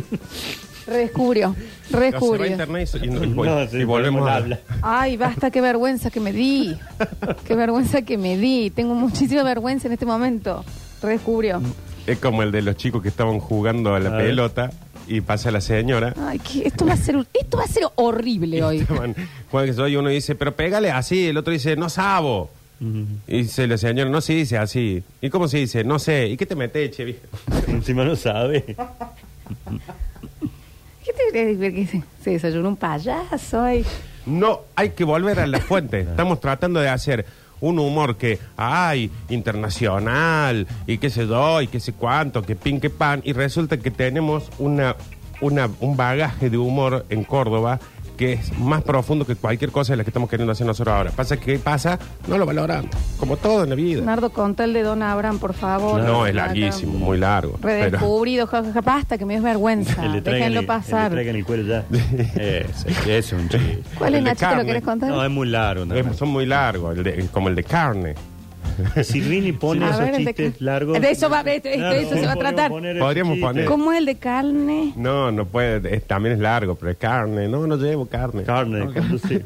Speaker 1: redescubrió,
Speaker 2: Se va a
Speaker 1: redescubrió.
Speaker 2: internet y, y- y-
Speaker 3: No, sí,
Speaker 2: y volvemos a
Speaker 3: habla.
Speaker 1: Ay, basta, qué vergüenza que me di. Qué vergüenza que me di. Tengo muchísima vergüenza en este momento. Redescubrió.
Speaker 2: Es como el de los chicos que estaban jugando a la
Speaker 3: A ver.
Speaker 2: pelota y pasa la señora.
Speaker 1: Ay, que esto va a ser un- esto va a ser horrible hoy.
Speaker 2: Estaban jugando y uno dice, pero pégale así. El otro dice, no sabo.
Speaker 3: Mm.
Speaker 2: Y dice la señora, no se dice así. ¿Y cómo se dice? No sé. ¿Y qué te metes, che? viejo?
Speaker 3: Encima no sabe.
Speaker 1: Ah, ¿Qué te quería decir? Que se, se desayunó un payaso ay.
Speaker 2: No, hay que volver a la fuente. Estamos tratando de hacer un humor que hay internacional y qué sé yo y qué sé cuánto, que pin, que pan. Y resulta que tenemos una, una, un bagaje de humor en Córdoba que es más profundo que cualquier cosa de la que estamos queriendo hacer nosotros ahora. Pasa que pasa, no lo valoramos, como todo en la vida.
Speaker 1: Nardo, contá el de Don Abraham, por favor.
Speaker 2: No, es larguísimo, muy largo. Pero
Speaker 1: Redescubrido, jajaja, basta, que me es vergüenza.
Speaker 3: Que le traigan
Speaker 1: Déjenlo
Speaker 3: el-
Speaker 1: pasar.
Speaker 3: que Le traigan el cuero ya. Ese, ese es un chiste.
Speaker 1: ¿Cuál es,
Speaker 2: el de
Speaker 1: Nachito, lo
Speaker 2: carne.
Speaker 1: querés contar?
Speaker 3: No, es muy largo. nada
Speaker 2: es- son muy largos, el de- como el de carne.
Speaker 3: más. Si Rini pone
Speaker 1: A
Speaker 3: esos
Speaker 1: ver, el de
Speaker 3: chistes
Speaker 1: que-
Speaker 3: largos.
Speaker 1: De eso va- de- de- de eso se va a
Speaker 3: podríamos
Speaker 1: tratar.
Speaker 3: poner ese
Speaker 2: Podríamos
Speaker 3: chiste.
Speaker 2: poner.
Speaker 1: ¿Cómo es el de carne?
Speaker 2: No, no puede, es- también es largo, pero es carne. No, no llevo carne.
Speaker 3: Carne, cuando se-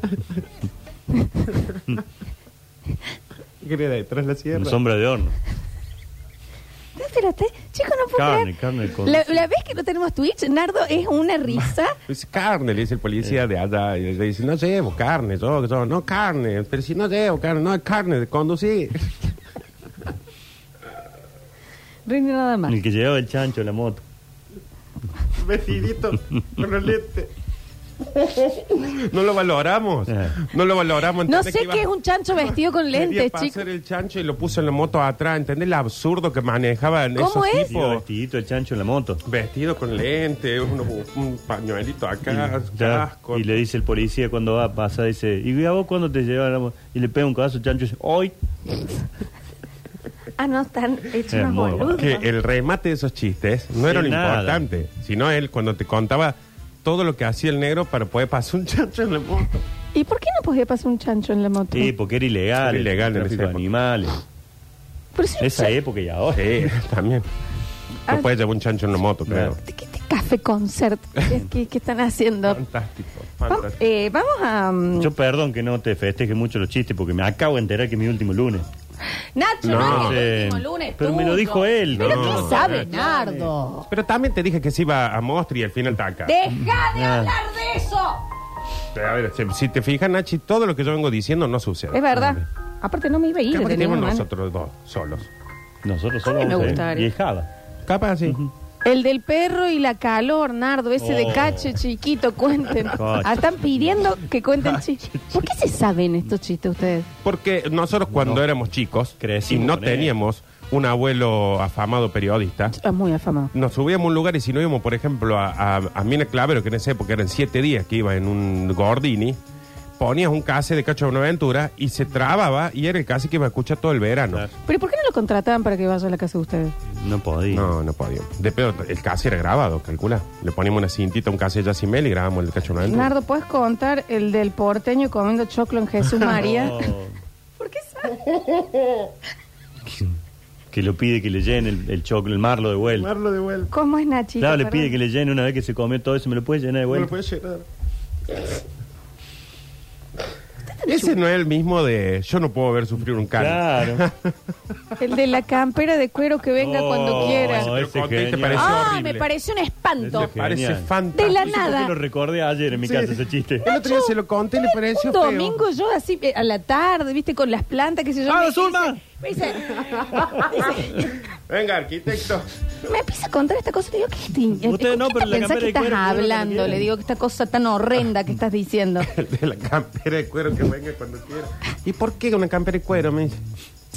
Speaker 2: ¿Qué era detrás de la
Speaker 3: en
Speaker 2: sierra?
Speaker 3: sombra de horno.
Speaker 1: No, Espérate, chicos, no puedo
Speaker 3: Carne,
Speaker 1: creer.
Speaker 3: carne con-
Speaker 1: la, la vez que no tenemos Twitch, Nardo es una risa.
Speaker 2: Es Pues carne, le dice el policía de allá. Y le dice, no llevo carne, yo, yo, no carne. Pero si no llevo carne, no es carne de conducir.
Speaker 1: Rinde nada más.
Speaker 3: El que llevaba el chancho en la moto.
Speaker 2: Vestidito con los lentes. No lo valoramos.
Speaker 3: Eh.
Speaker 2: No lo valoramos.
Speaker 1: No
Speaker 2: ¿entendés
Speaker 1: sé
Speaker 2: que iba-
Speaker 1: qué es un chancho vestido con
Speaker 2: Quería
Speaker 1: lentes,
Speaker 2: pasar
Speaker 1: chicos.
Speaker 2: el chancho y lo puso en la moto atrás. ¿Entendés el absurdo que manejaban
Speaker 1: ¿Cómo
Speaker 2: esos
Speaker 1: es?
Speaker 3: Llevaba
Speaker 2: tipos?
Speaker 3: vestidito el chancho en la moto.
Speaker 2: Vestido con lentes, uno- un pañuelito
Speaker 3: Ah,
Speaker 2: acá,
Speaker 3: Ya,
Speaker 2: casco.
Speaker 3: y le dice el policía cuando va a pasar, dice, ¿y a vos cuándo te llevan la moto? Y le pega un caso al chancho y dice, hoy.
Speaker 1: Ah, no, están hechos
Speaker 3: Es
Speaker 1: unos
Speaker 3: muy
Speaker 1: boludos.
Speaker 2: que el remate de esos chistes no
Speaker 3: Sí,
Speaker 2: era lo
Speaker 3: nada.
Speaker 2: importante, sino él cuando te contaba todo lo que hacía el negro para poder pasar un chancho en la moto.
Speaker 1: ¿Y por qué no podía pasar un chancho en la moto?
Speaker 3: Sí, porque era ilegal.
Speaker 2: Era ilegal en
Speaker 3: el tráfico
Speaker 2: esa
Speaker 3: de
Speaker 2: época.
Speaker 3: animales.
Speaker 1: Pero si-
Speaker 3: De esa época y ahora.
Speaker 2: Sí, también.
Speaker 1: Ah.
Speaker 2: No puedes llevar un chancho en una moto, claro.
Speaker 3: Claro.
Speaker 1: ¿de ¿Qué, qué café concert que, que- que están haciendo?
Speaker 2: Fantástico,
Speaker 1: Vamos,
Speaker 2: fantástico.
Speaker 1: eh, vamos a... mm,
Speaker 3: Yo perdón que no te festeje mucho los chistes porque me acabo de enterar que es mi último lunes.
Speaker 1: Nacho,
Speaker 2: No.
Speaker 1: no, es el
Speaker 3: Sí.
Speaker 1: último lunes
Speaker 3: Pero me lo
Speaker 1: tuyo.
Speaker 3: dijo él.
Speaker 1: Pero
Speaker 2: No.
Speaker 1: ¿qué sabe, Nardo?
Speaker 2: Pero también te dije que se iba a Mostri y al final está acá.
Speaker 1: ¡Deja de
Speaker 3: Ah.
Speaker 1: hablar de eso!
Speaker 2: A ver, si, si te fijas, Nachi, todo lo que yo vengo diciendo no sucede.
Speaker 1: Es verdad. ¿eh? Aparte no me iba a ir.
Speaker 2: Capaz
Speaker 1: de
Speaker 2: que
Speaker 1: ninguna
Speaker 2: tenemos
Speaker 1: manera.
Speaker 2: nosotros dos solos.
Speaker 1: A
Speaker 3: Nosotros
Speaker 1: mí
Speaker 3: solo
Speaker 1: me
Speaker 3: vamos a ir.
Speaker 1: gustaría.
Speaker 3: viejada.
Speaker 2: Capaz, sí.
Speaker 1: El del perro y la calor, Nardo, ese de
Speaker 3: Oh.
Speaker 1: cacho chiquito, cuenten.
Speaker 3: Cacho.
Speaker 1: Ah, Están pidiendo que cuenten chistes. ¿Por qué se saben estos chistes ustedes?
Speaker 2: Porque nosotros cuando éramos chicos
Speaker 3: Crecimos
Speaker 2: y no
Speaker 3: con él.
Speaker 2: teníamos un abuelo afamado periodista,
Speaker 1: Es muy afamado.
Speaker 2: nos subíamos a un lugar y si no íbamos, por ejemplo, a, a, a Mina Clavero, que en esa época eran siete días que iba en un Gordini, ponías un case de Cacho Buenaventura y se trababa y era el case que iba a escuchar todo el verano.
Speaker 3: Claro.
Speaker 1: ¿Pero por qué no lo contrataban para que vaya a la casa de ustedes?
Speaker 3: No podía.
Speaker 2: No, no podía. De peor, el case era grabado, calcula. Le poníamos una cintita, un case de Yacimel y grabamos el Cacho Buenaventura.
Speaker 1: Nardo, ¿puedes contar el del porteño comiendo choclo en Jesús María?
Speaker 3: Oh,
Speaker 1: ¿Por qué saben?
Speaker 3: que lo pide que le llene el, el choclo, el marlo de vuelta.
Speaker 1: ¿Cómo es Nachito?
Speaker 3: Claro, le
Speaker 1: Perdón.
Speaker 3: pide que le llene una vez que se comió todo eso. ¿Me lo puede llenar de vuelta?
Speaker 2: Ese no es el mismo de yo no puedo ver sufrir un cano.
Speaker 3: Claro.
Speaker 1: El de la campera de cuero que venga
Speaker 3: Oh,
Speaker 1: cuando quiera.
Speaker 3: ese
Speaker 2: Pero conté, te
Speaker 3: genial.
Speaker 2: pareció
Speaker 1: Ah,
Speaker 2: horrible.
Speaker 1: me pareció un espanto.
Speaker 2: Me parece
Speaker 3: Genial.
Speaker 2: fantástico.
Speaker 1: De la
Speaker 3: Yo
Speaker 1: nada.
Speaker 3: creo que lo recordé ayer en mi casa ese chiste.
Speaker 2: El otro día se lo conté y le pareció
Speaker 1: Un
Speaker 2: feo.
Speaker 1: domingo yo así eh, a la tarde, viste, con las plantas, que se yo.
Speaker 3: ¡Ah,
Speaker 1: me
Speaker 3: Zulma!
Speaker 1: dice- me dice-
Speaker 2: Venga, arquitecto.
Speaker 1: me empieza a contar esta cosa. Le digo, ¿qué te,
Speaker 3: Usted no,
Speaker 1: ¿qué
Speaker 3: pero
Speaker 1: te
Speaker 3: la
Speaker 1: pensás
Speaker 3: campera
Speaker 1: que
Speaker 3: de
Speaker 1: estás
Speaker 3: cuero, ¿cómo lo
Speaker 1: hablando?
Speaker 3: quiere?
Speaker 1: Le digo, que esta cosa tan horrenda que estás diciendo.
Speaker 2: El de la campera de cuero que venga cuando quiera. ¿Y por qué una campera de cuero, me dice?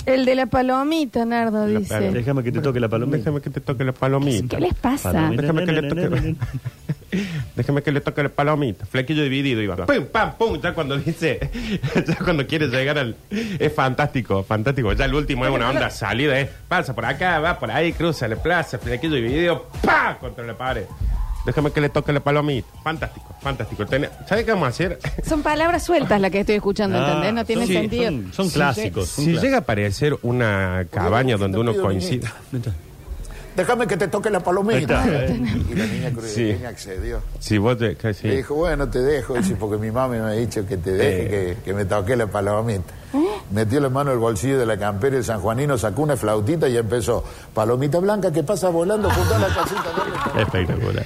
Speaker 1: El de la palomita, Nardo,
Speaker 2: La
Speaker 1: dice.
Speaker 2: palomita.
Speaker 3: Déjame que te toque la palomita.
Speaker 2: Déjame que te toque la
Speaker 1: ¿Qué
Speaker 2: palomita.
Speaker 1: les pasa?
Speaker 3: Palomita.
Speaker 2: Déjame que le toque. Déjame que le toque la palomita. Flequillo dividido, Iván. Pum, pam, pum. Ya cuando dice. Ya cuando quiere llegar al. Es fantástico, fantástico. Ya el último es una onda salida, ¿eh? Pasa por acá, va por ahí, cruza la plaza, flequillo dividido. ¡Pam! Contra la pared. Déjame que le toque la palomita. Fantástico, fantástico. Ten- ¿Sabes qué vamos a hacer?
Speaker 1: Son palabras sueltas las que estoy escuchando, ¿entendés? No tiene
Speaker 3: Ah, son-
Speaker 1: sentido.
Speaker 3: Son, son clásicos. son
Speaker 2: Si
Speaker 3: clásicos.
Speaker 2: llega a aparecer una cabaña donde uno coincide.
Speaker 7: Déjame que te toque la
Speaker 3: Ahí
Speaker 7: palomita.
Speaker 3: está, eh.
Speaker 8: Y la niña cruceña
Speaker 2: Sí.
Speaker 8: accedió.
Speaker 2: Si vos te- que sí.
Speaker 8: Le dijo, bueno, te dejo, dice, porque mi mami me ha dicho que te deje, que, que me toque la palomita. Metió la mano al bolsillo de la campera el sanjuanino, sacó una flautita y empezó, palomita blanca que pasa volando junto a la casita. verde".
Speaker 3: Espectacular.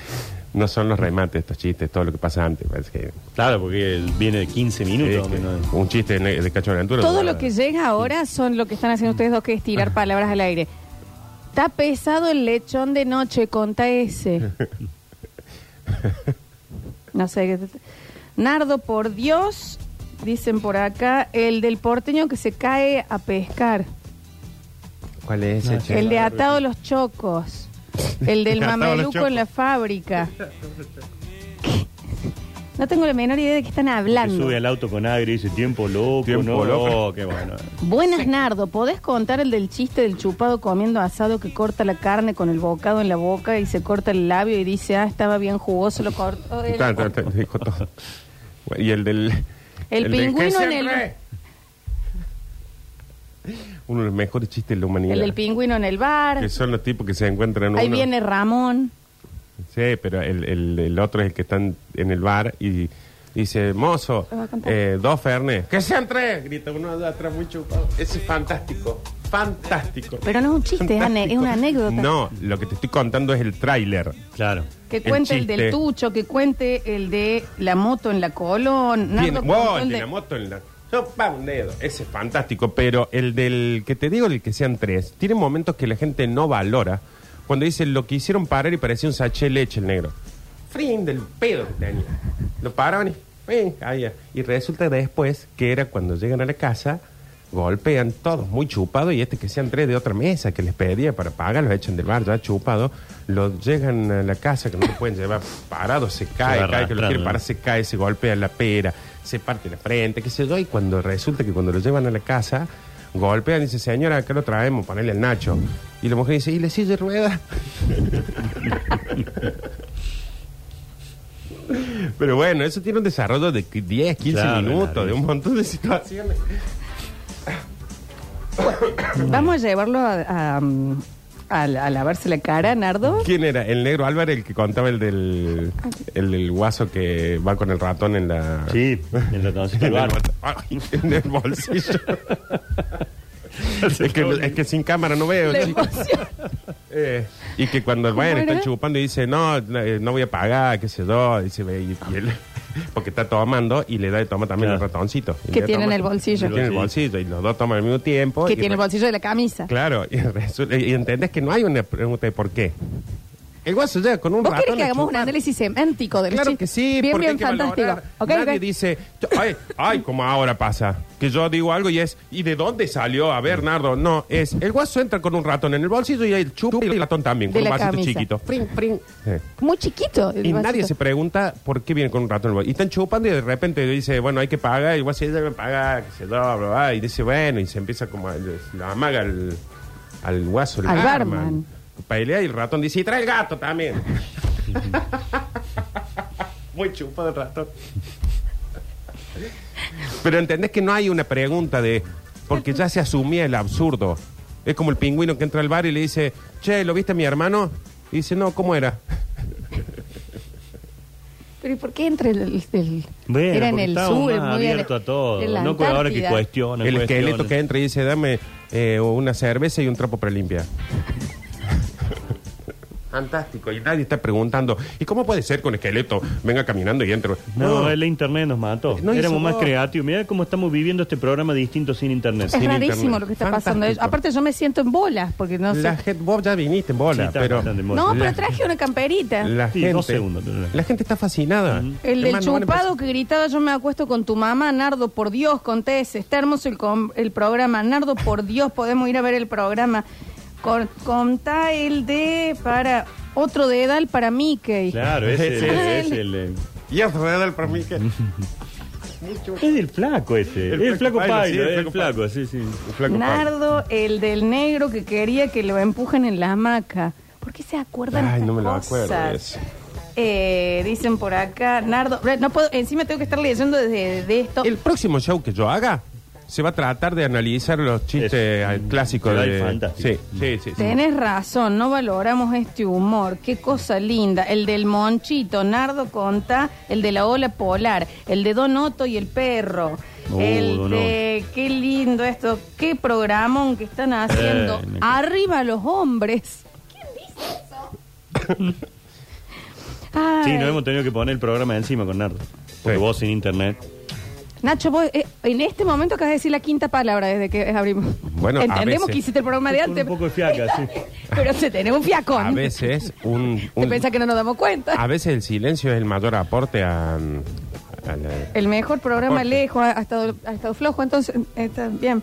Speaker 2: No son los remates estos chistes, todo lo que pasa antes. parece que-
Speaker 3: Claro, porque él viene de 15
Speaker 2: Sí,
Speaker 3: minutos.
Speaker 2: que-
Speaker 3: menos.
Speaker 2: un chiste de, de Cacho Ventura.
Speaker 1: Todo lo que llega ahora son lo que están haciendo ustedes dos, que es
Speaker 2: Ah.
Speaker 1: tirar palabras al aire. Está pesado el lechón de noche, conta ese. No sé. qué- Nardo, por Dios, dicen por acá, el del porteño que se cae a pescar.
Speaker 2: ¿Cuál es ese chiste?
Speaker 1: El de atado a los chocos. El del
Speaker 2: Atado a los
Speaker 1: mameluco
Speaker 2: chocos.
Speaker 1: en la fábrica. ¿Qué? No tengo la menor idea de qué están
Speaker 3: Que
Speaker 1: hablando.
Speaker 3: sube al auto con agri y dice, tiempo loco,
Speaker 2: Tiempo
Speaker 3: no,
Speaker 2: loco.
Speaker 3: Oh, qué bueno.
Speaker 1: Buenas, Nardo. ¿Podés contar el del chiste del chupado comiendo asado que corta la carne con el bocado en la boca y se corta el labio y dice, ah, estaba bien jugoso, lo cortó él"?
Speaker 2: Claro, claro, claro, dijo todo. Bueno, Y el del.
Speaker 1: El
Speaker 2: del
Speaker 1: pingüino
Speaker 2: que
Speaker 1: en
Speaker 2: se
Speaker 1: el-
Speaker 2: re. Uno de los mejores chistes de la humanidad.
Speaker 1: El del pingüino en el bar.
Speaker 2: Que son los tipos que se encuentran.
Speaker 1: Ahí
Speaker 2: uno-
Speaker 1: viene Ramón.
Speaker 2: Sí, pero el, el, el otro es el que está en, en el bar y dice, mozo,
Speaker 1: Lo va a contar.
Speaker 2: eh, dos fernes. ¡Que sean tres! Grita uno de atrás muy chupado. Ese es fantástico, fantástico.
Speaker 1: Pero no es un chiste, es ane- es una anécdota.
Speaker 2: No, lo que te estoy contando es el tráiler.
Speaker 3: Claro.
Speaker 1: Que
Speaker 2: El
Speaker 1: cuente el, del
Speaker 2: chiste.
Speaker 1: tucho, que cuente el de la moto en la colón. Nardo
Speaker 2: Tiene-
Speaker 1: contó
Speaker 2: ¡Oh, el de la moto en la... Sopa un dedo. Ese es fantástico, pero el del que te digo, el que sean tres, tiene momentos que la gente no valora. Cuando dice lo que hicieron parar y parecía un sachet de leche el negro. Frin del pedo que tenía. Lo paraban y. eh, ahí, ah. Y resulta después que era cuando llegan a la casa, golpean todos muy chupados y este que sean tres de otra mesa que les pedía para pagar, los echan del bar ya chupado. Lo llegan a la casa que no lo pueden llevar parados, se cae, cae, que lo quieren
Speaker 3: arrastrando.
Speaker 2: parar, se cae, se golpea la pera, se parte la frente, qué sé yo, y cuando resulta que cuando lo llevan a la casa, golpean y dice, señora, acá lo traemos, ponele el Nacho. Y la mujer dice, ¿y le silla de rueda? Pero bueno, eso tiene un desarrollo de 10, 15
Speaker 3: Claro,
Speaker 2: minutos,
Speaker 3: claro.
Speaker 2: de un montón de situaciones.
Speaker 1: Vamos a llevarlo a, a, mm, a la- a lavarse la cara, Nardo.
Speaker 2: ¿Quién era? El negro Álvarez, el que contaba el del, el del guaso que va con el ratón en la...
Speaker 3: Sí, en la
Speaker 2: En
Speaker 3: transita
Speaker 2: el,
Speaker 3: del bar.
Speaker 2: bol- Ay, en el bolsillo. es, que, no- es que sin cámara no veo,
Speaker 1: La
Speaker 2: chicos.
Speaker 1: emoción.
Speaker 2: Eh, y que cuando
Speaker 1: ¿Cómo
Speaker 2: bueno,
Speaker 1: era?
Speaker 2: está chupando y dice, no, no, eh, no voy a pagar, qué sé yo, y se ve, y, y él- porque está tomando y le da de toma también
Speaker 3: Claro.
Speaker 2: el ratoncito. Y
Speaker 1: Que
Speaker 2: le da
Speaker 1: tiene en
Speaker 2: toma-
Speaker 1: el bolsillo.
Speaker 2: Que tiene en el bolsillo, y los dos toman al mismo tiempo.
Speaker 1: Que
Speaker 2: y
Speaker 1: tiene el
Speaker 2: re-
Speaker 1: bolsillo de la camisa.
Speaker 2: Claro, y, resu- y entendés que no hay una pregunta de por qué. El guaso ya con un
Speaker 1: ¿Vos
Speaker 2: ratón
Speaker 1: querés que
Speaker 2: a
Speaker 1: hagamos un
Speaker 2: chupar.
Speaker 1: análisis semántico del
Speaker 2: Claro
Speaker 1: chiste?
Speaker 2: que sí,
Speaker 1: Bien,
Speaker 2: porque
Speaker 1: bien,
Speaker 2: hay que
Speaker 1: fantástico.
Speaker 2: valorar.
Speaker 1: Ok,
Speaker 2: Nadie
Speaker 1: ok.
Speaker 2: dice, yo- ay, ay, como ahora pasa, que yo digo algo y es, ¿y de dónde salió? A ver, Nardo, no, es, el guaso entra con un ratón en el bolsillo y el chupa y el ratón también,
Speaker 1: De
Speaker 2: con un
Speaker 1: la
Speaker 2: vasito
Speaker 1: camisa.
Speaker 2: chiquito. Frin, frin. Eh.
Speaker 1: Muy chiquito. el
Speaker 2: Y
Speaker 1: vasito.
Speaker 2: nadie se pregunta por qué viene con un ratón en el bolsillo. Y están chupando y de repente dice, bueno, hay que pagar, y el guaso ya me paga, que se da, bla, bla, y dice, bueno, y se empieza como, a- la amaga al, al guaso, el
Speaker 1: Al
Speaker 2: barman.
Speaker 1: barman.
Speaker 2: Pelea y el ratón dice, y trae el gato también. Muy chupado el ratón. Pero entendés que no hay una pregunta de. Porque ya se asumía el absurdo. Es como el pingüino que entra al bar y le dice, Che, ¿lo viste a mi hermano? Y dice, No, ¿cómo era?
Speaker 1: Pero ¿y por qué entre el... el- el-
Speaker 3: Bueno,
Speaker 1: era en
Speaker 3: porque
Speaker 1: el
Speaker 3: estaba
Speaker 1: sur,
Speaker 3: más
Speaker 1: muy en-
Speaker 3: abierto a todo.
Speaker 1: en la
Speaker 3: No como ahora que
Speaker 1: Antártida.
Speaker 3: cuestiona.
Speaker 2: el esqueleto que
Speaker 3: cuestiona.
Speaker 2: entra y dice, Dame eh, una cerveza y un trapo para limpiar. Fantástico. Y nadie está preguntando, ¿y cómo puede ser con esqueleto? Venga caminando y entra.
Speaker 3: No, el internet nos mató.
Speaker 2: No hizo
Speaker 3: Éramos más
Speaker 2: nada.
Speaker 3: creativos. Mirá cómo estamos viviendo este programa distinto sin internet.
Speaker 1: Es
Speaker 2: sin
Speaker 1: rarísimo
Speaker 2: internet.
Speaker 1: lo que está pasando.
Speaker 2: Fantástico.
Speaker 1: Aparte yo me siento en bolas porque no
Speaker 2: la
Speaker 1: sé...
Speaker 2: gente, vos ya viniste en bola,
Speaker 3: Sí, está
Speaker 2: pero
Speaker 3: bastante en bola.
Speaker 1: No,
Speaker 2: la-
Speaker 1: pero traje una camperita.
Speaker 2: la
Speaker 3: Sí,
Speaker 2: gente,
Speaker 3: dos segundos, pero-
Speaker 2: la gente está fascinada.
Speaker 1: El del
Speaker 2: Hermano, pues, van a
Speaker 1: chupado que gritaba yo me acuesto con tu mamá, Nardo, por Dios, contese, está hermoso el, com- el programa, Nardo, por Dios, podemos ir a ver el programa. Con, contá el de para otro de Edal para Mickey.
Speaker 3: Claro, ese
Speaker 2: Sí,
Speaker 3: ese-
Speaker 2: sí,
Speaker 3: ese es,
Speaker 1: sí.
Speaker 3: el. eh,
Speaker 2: Y alrededor para mí que
Speaker 3: Es del flaco ese.
Speaker 2: El
Speaker 3: El,
Speaker 2: flaco
Speaker 3: flaco
Speaker 2: Pailo, sí,
Speaker 3: Pailo,
Speaker 2: el
Speaker 3: es el
Speaker 2: flaco Pailo.
Speaker 3: flaco, sí, sí.
Speaker 2: Flaco Pablo.
Speaker 1: Nardo, el del negro que quería que lo empujen en la hamaca. ¿Por qué se acuerdan
Speaker 2: Ay,
Speaker 1: estas
Speaker 2: no me lo
Speaker 1: cosas?
Speaker 2: acuerdo de eso.
Speaker 1: Eh, dicen por acá, Nardo, no puedo, encima tengo que estar leyendo desde de esto.
Speaker 2: El próximo show que yo haga se va a tratar de analizar los chistes
Speaker 3: Es-
Speaker 2: eh, clásicos
Speaker 3: Pero
Speaker 2: de
Speaker 3: hay fantástico.
Speaker 2: Sí, sí, sí. sí.
Speaker 1: Tenés razón, no valoramos este humor. Qué cosa linda. El del monchito, Nardo Conta, el de la ola polar, el de Don Otto y el perro.
Speaker 3: Uh,
Speaker 1: el
Speaker 3: Don
Speaker 1: de qué lindo esto, qué programón que están haciendo.
Speaker 3: Eh, me-
Speaker 1: Arriba los hombres. ¿Quién dice
Speaker 3: Sí,
Speaker 1: eso? Ay,
Speaker 3: nos hemos tenido que poner el programa encima con Nardo. Porque
Speaker 2: Sí.
Speaker 3: vos sin internet.
Speaker 1: Nacho, vos, eh, en este momento acabas de decir la quinta palabra desde que abrimos.
Speaker 2: Bueno, a
Speaker 1: entendemos
Speaker 2: veces.
Speaker 1: que hiciste el programa de
Speaker 3: Con
Speaker 1: antes.
Speaker 3: un poco de fiaca, sí.
Speaker 1: Pero se tenemos un fiacón.
Speaker 2: A veces un,
Speaker 1: Te
Speaker 2: un-
Speaker 1: pensás que no nos damos cuenta.
Speaker 2: a veces el silencio es el mayor aporte a, a la-
Speaker 1: El mejor programa
Speaker 2: Aporte.
Speaker 1: lejos, ha, ha estado, ha estado flojo, entonces está bien.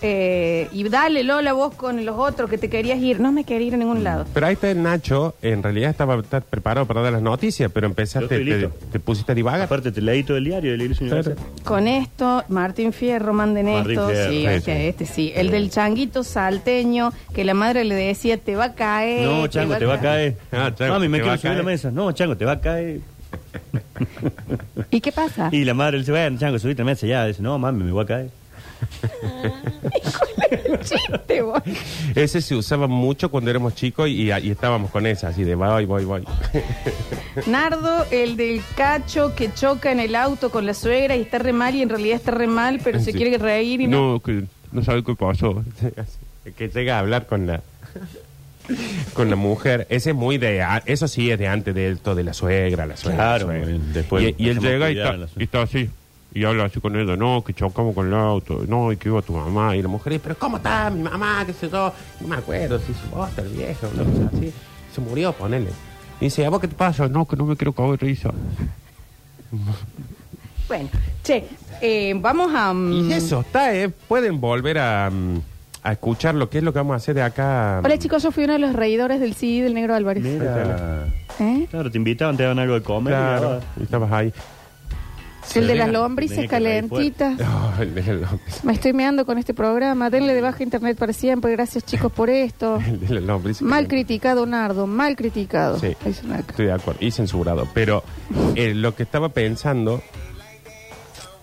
Speaker 1: Eh, y dale, Lola, vos con los otros que te querías ir. No me quería ir a ningún lado.
Speaker 2: Pero ahí está el Nacho, en realidad estaba está preparado para dar las noticias, pero empezaste,
Speaker 3: Yo estoy
Speaker 2: te,
Speaker 3: listo.
Speaker 2: te pusiste a divagar.
Speaker 3: Aparte, te leí todo el diario de la Iglesia Universal.
Speaker 1: Con esto, Martín Fierro, manden
Speaker 3: Martín
Speaker 1: esto.
Speaker 3: Fierro,
Speaker 1: sí,
Speaker 3: sí,
Speaker 1: hay
Speaker 3: sí.
Speaker 1: que- este sí. El del changuito salteño, que la madre le decía, te va a caer.
Speaker 3: No, Chango, te va a caer.
Speaker 2: Ah, Chango,
Speaker 3: Mami, me
Speaker 2: te va
Speaker 3: quiero
Speaker 2: a
Speaker 3: subir a
Speaker 2: caer.
Speaker 3: la mesa. No, Chango, te va a caer.
Speaker 1: ¿Y qué pasa?
Speaker 3: Y la madre le dice, bueno, Chango, subite a la mesa ya. Dice, no, mami, me voy a caer.
Speaker 1: Chiste, vos.
Speaker 2: Ese se usaba mucho cuando éramos chicos y, y estábamos con esa, así de voy, voy, voy.
Speaker 1: Nardo, el del cacho que choca en el auto con la suegra y está re mal y en realidad está re mal, pero se
Speaker 2: Sí.
Speaker 1: quiere reír y no.
Speaker 2: No, que no sabe qué pasó. que llega a hablar con la con la mujer. Ese es muy de... a- Eso sí es de antes de esto, de la suegra, la suegra.
Speaker 3: Claro,
Speaker 2: la suegra.
Speaker 3: bien, después
Speaker 2: y, y él
Speaker 3: hacemos
Speaker 2: llega y
Speaker 3: cuidar a
Speaker 2: está,
Speaker 3: la suegra.
Speaker 2: y está así. Y habla así con ella, no, que chocamos con el auto, no, y que iba tu mamá. Y la mujer dice, pero ¿cómo está mi mamá? ¿Qué sé yo? No me acuerdo si su bosta, el viejo, una cosa así. Se murió, ponele. Y dice, ¿a vos qué te pasa? No, que no me quiero cagar de risa.
Speaker 1: Bueno, che, eh, vamos a. mm,
Speaker 2: Y eso está, ¿eh? Pueden volver a, mm, a escuchar lo que es lo que vamos a hacer de acá. mm,
Speaker 1: Hola chicos, yo fui uno de los reidores del CI del Negro Álvarez.
Speaker 3: Mira.
Speaker 1: ¿Eh?
Speaker 3: Claro, te invitaban, te daban algo de comer.
Speaker 2: Claro, y estabas ahí.
Speaker 1: el de las
Speaker 3: tenía-
Speaker 1: lombrices
Speaker 3: tenía que reír
Speaker 1: calentitas.
Speaker 2: No, el de la lombriz.
Speaker 1: Me estoy meando con este programa. Denle de baja internet para siempre. Gracias chicos por esto.
Speaker 2: El de la lombriz.
Speaker 1: Mal criticado, Nardo. Mal criticado.
Speaker 2: Sí.
Speaker 1: Dicen acá.
Speaker 2: Estoy de acuerdo. Y censurado. Pero eh, lo que estaba pensando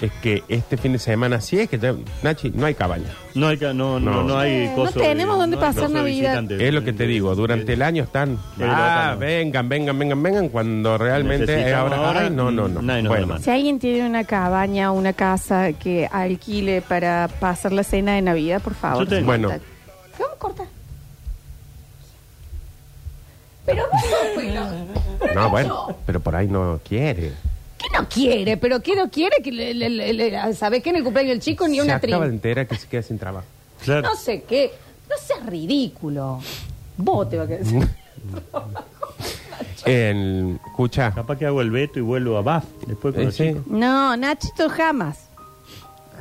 Speaker 2: es que este fin de semana sí es que ya- Nachi, no hay cabaña.
Speaker 3: No hay, ca- no,
Speaker 2: No.
Speaker 3: no, no hay
Speaker 1: Eh, no
Speaker 3: coso
Speaker 1: tenemos dónde
Speaker 3: hay
Speaker 1: pasar
Speaker 3: coso de
Speaker 1: Navidad.
Speaker 3: visitantes.
Speaker 2: Es lo que te digo, durante el año están.
Speaker 3: Pero
Speaker 2: Ah,
Speaker 3: estamos.
Speaker 2: vengan, vengan, vengan, vengan, cuando realmente es
Speaker 3: Necesitamos
Speaker 2: ahora.
Speaker 3: ahora,
Speaker 2: ay, no, no, no.
Speaker 3: nadie nos da la
Speaker 2: Bueno,
Speaker 3: mano.
Speaker 1: Si alguien tiene una cabaña o una casa que alquile para pasar la cena de Navidad, por favor.
Speaker 3: Yo tengo.
Speaker 2: Bueno.
Speaker 1: corta. Vamos a cortar. Pero bueno, pero-
Speaker 2: no, bueno, pero por ahí no quiere.
Speaker 1: ¿Qué no quiere? ¿Pero qué no quiere? Que le- le- le- le- ¿Sabés qué? En el cumpleaños del chico ni
Speaker 2: se
Speaker 1: una
Speaker 2: acaba de
Speaker 1: trin.
Speaker 2: enterar que se queda sin trabajo.
Speaker 3: Claro.
Speaker 1: No sé qué. No seas ridículo. Vos te vas a quedar.
Speaker 2: El, escucha,
Speaker 3: Capaz que hago el veto y vuelvo a BAF después con
Speaker 2: Eh,
Speaker 3: los
Speaker 2: sí.
Speaker 3: chicos.
Speaker 1: No, Nachito jamás.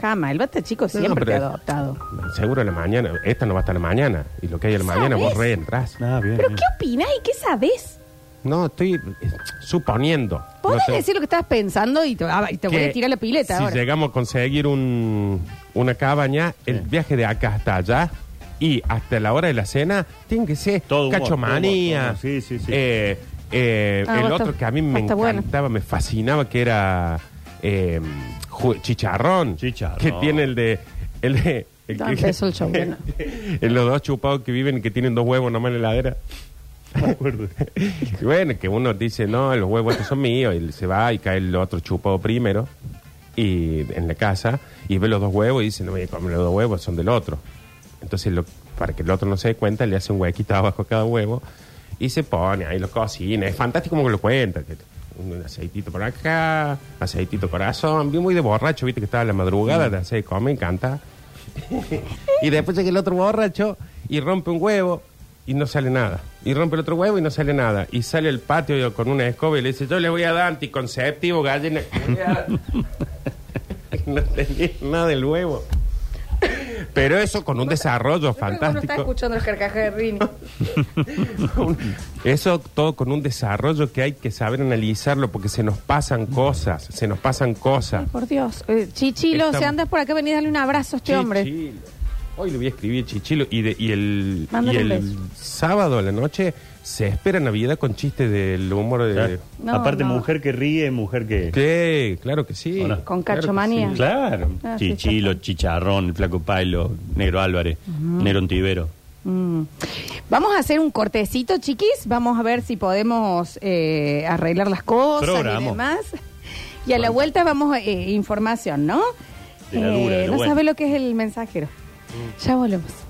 Speaker 1: Jamás. El bata chico siempre
Speaker 2: No,
Speaker 1: te ha
Speaker 2: pero-
Speaker 1: adoptado.
Speaker 2: seguro a la mañana, esta no va a estar a la mañana. Y lo que hay a la mañana,
Speaker 1: ¿Sabes?
Speaker 2: vos reentras.
Speaker 3: Ah, bien,
Speaker 1: ¿Pero
Speaker 3: bien.
Speaker 1: qué opinás y qué sabés?
Speaker 2: No, estoy eh, suponiendo.
Speaker 1: Podés
Speaker 2: No sé.
Speaker 1: decir lo que estabas pensando y te, ah, y te voy
Speaker 2: que
Speaker 1: a tirar la pileta
Speaker 2: si
Speaker 1: ahora.
Speaker 2: llegamos a conseguir un- una cabaña, el viaje de acá hasta allá y hasta la hora de la cena, tiene que ser
Speaker 3: Todo humor,
Speaker 2: cachomanía.
Speaker 3: todo humor, todo humor. Sí, sí, sí.
Speaker 2: eh, eh,
Speaker 1: Ah,
Speaker 2: el
Speaker 1: basta-
Speaker 2: otro que a mí me
Speaker 1: basta bueno.
Speaker 2: encantaba, me fascinaba, que era eh, ju- chicharrón.
Speaker 3: Chicharrón.
Speaker 2: Que tiene el de... El de- el
Speaker 1: Ya
Speaker 2: que-
Speaker 1: empezó el show, bueno.
Speaker 2: en los dos chupados que viven y que tienen dos huevos nomás en la heladera.
Speaker 3: Me acuerdo.
Speaker 2: Y bueno, que uno dice, no, los huevos estos son míos, y se va y cae el otro chupado primero y en la casa y ve los dos huevos y dice, no me voy a comer los dos huevos, son del otro. Entonces, lo- para que el otro no se dé cuenta, le hace un huequito abajo a cada huevo y se pone ahí, lo cocina. Es fantástico como lo cuenta. que un aceitito por acá, aceitito corazón, bien muy de borracho, viste que estaba a la madrugada, de hacer come, encanta. Y después llega el otro borracho y rompe un huevo y no sale nada. Y rompe el otro huevo y no sale nada. Y sale al patio con una escoba y le dice, yo le voy a dar anticonceptivo, gallina. no tenía nada del huevo. Pero eso con un desarrollo fantástico.
Speaker 1: escuchando los carcajes de Rini.
Speaker 2: Un- Eso todo con un desarrollo que hay que saber analizarlo porque se nos pasan cosas, se nos pasan cosas.
Speaker 1: Por Dios. Eh, Chichilo,
Speaker 2: Estamos-
Speaker 1: si andas por acá, vení a darle un abrazo a este hombre.
Speaker 2: Chichilo. Hoy le voy a escribir Chichilo y, de- y el, y
Speaker 1: Mándale un
Speaker 2: el
Speaker 1: beso.
Speaker 2: sábado a la noche se espera Navidad con chistes del humor de...
Speaker 3: Claro.
Speaker 1: No,
Speaker 3: Aparte,
Speaker 1: no.
Speaker 3: mujer que ríe, mujer que...
Speaker 2: ¿Qué? Claro que sí.
Speaker 3: Hola.
Speaker 1: Con
Speaker 2: Claro que
Speaker 1: cachomanía.
Speaker 2: sí.
Speaker 3: Claro.
Speaker 1: Ah, sí,
Speaker 3: Chichilo, Chicharrón, el Flaco Pailo, Negro Álvarez, Negro Ontivero.
Speaker 1: Mm. Vamos a hacer un cortecito, chiquis. Vamos a ver si podemos eh, arreglar las cosas y
Speaker 3: Programo.
Speaker 1: demás. Y a la vuelta vamos a eh, información, ¿no?
Speaker 3: De la dura, de la
Speaker 1: Eh, no
Speaker 3: buena.
Speaker 1: sabe lo que es el mensajero. Ya volvemos.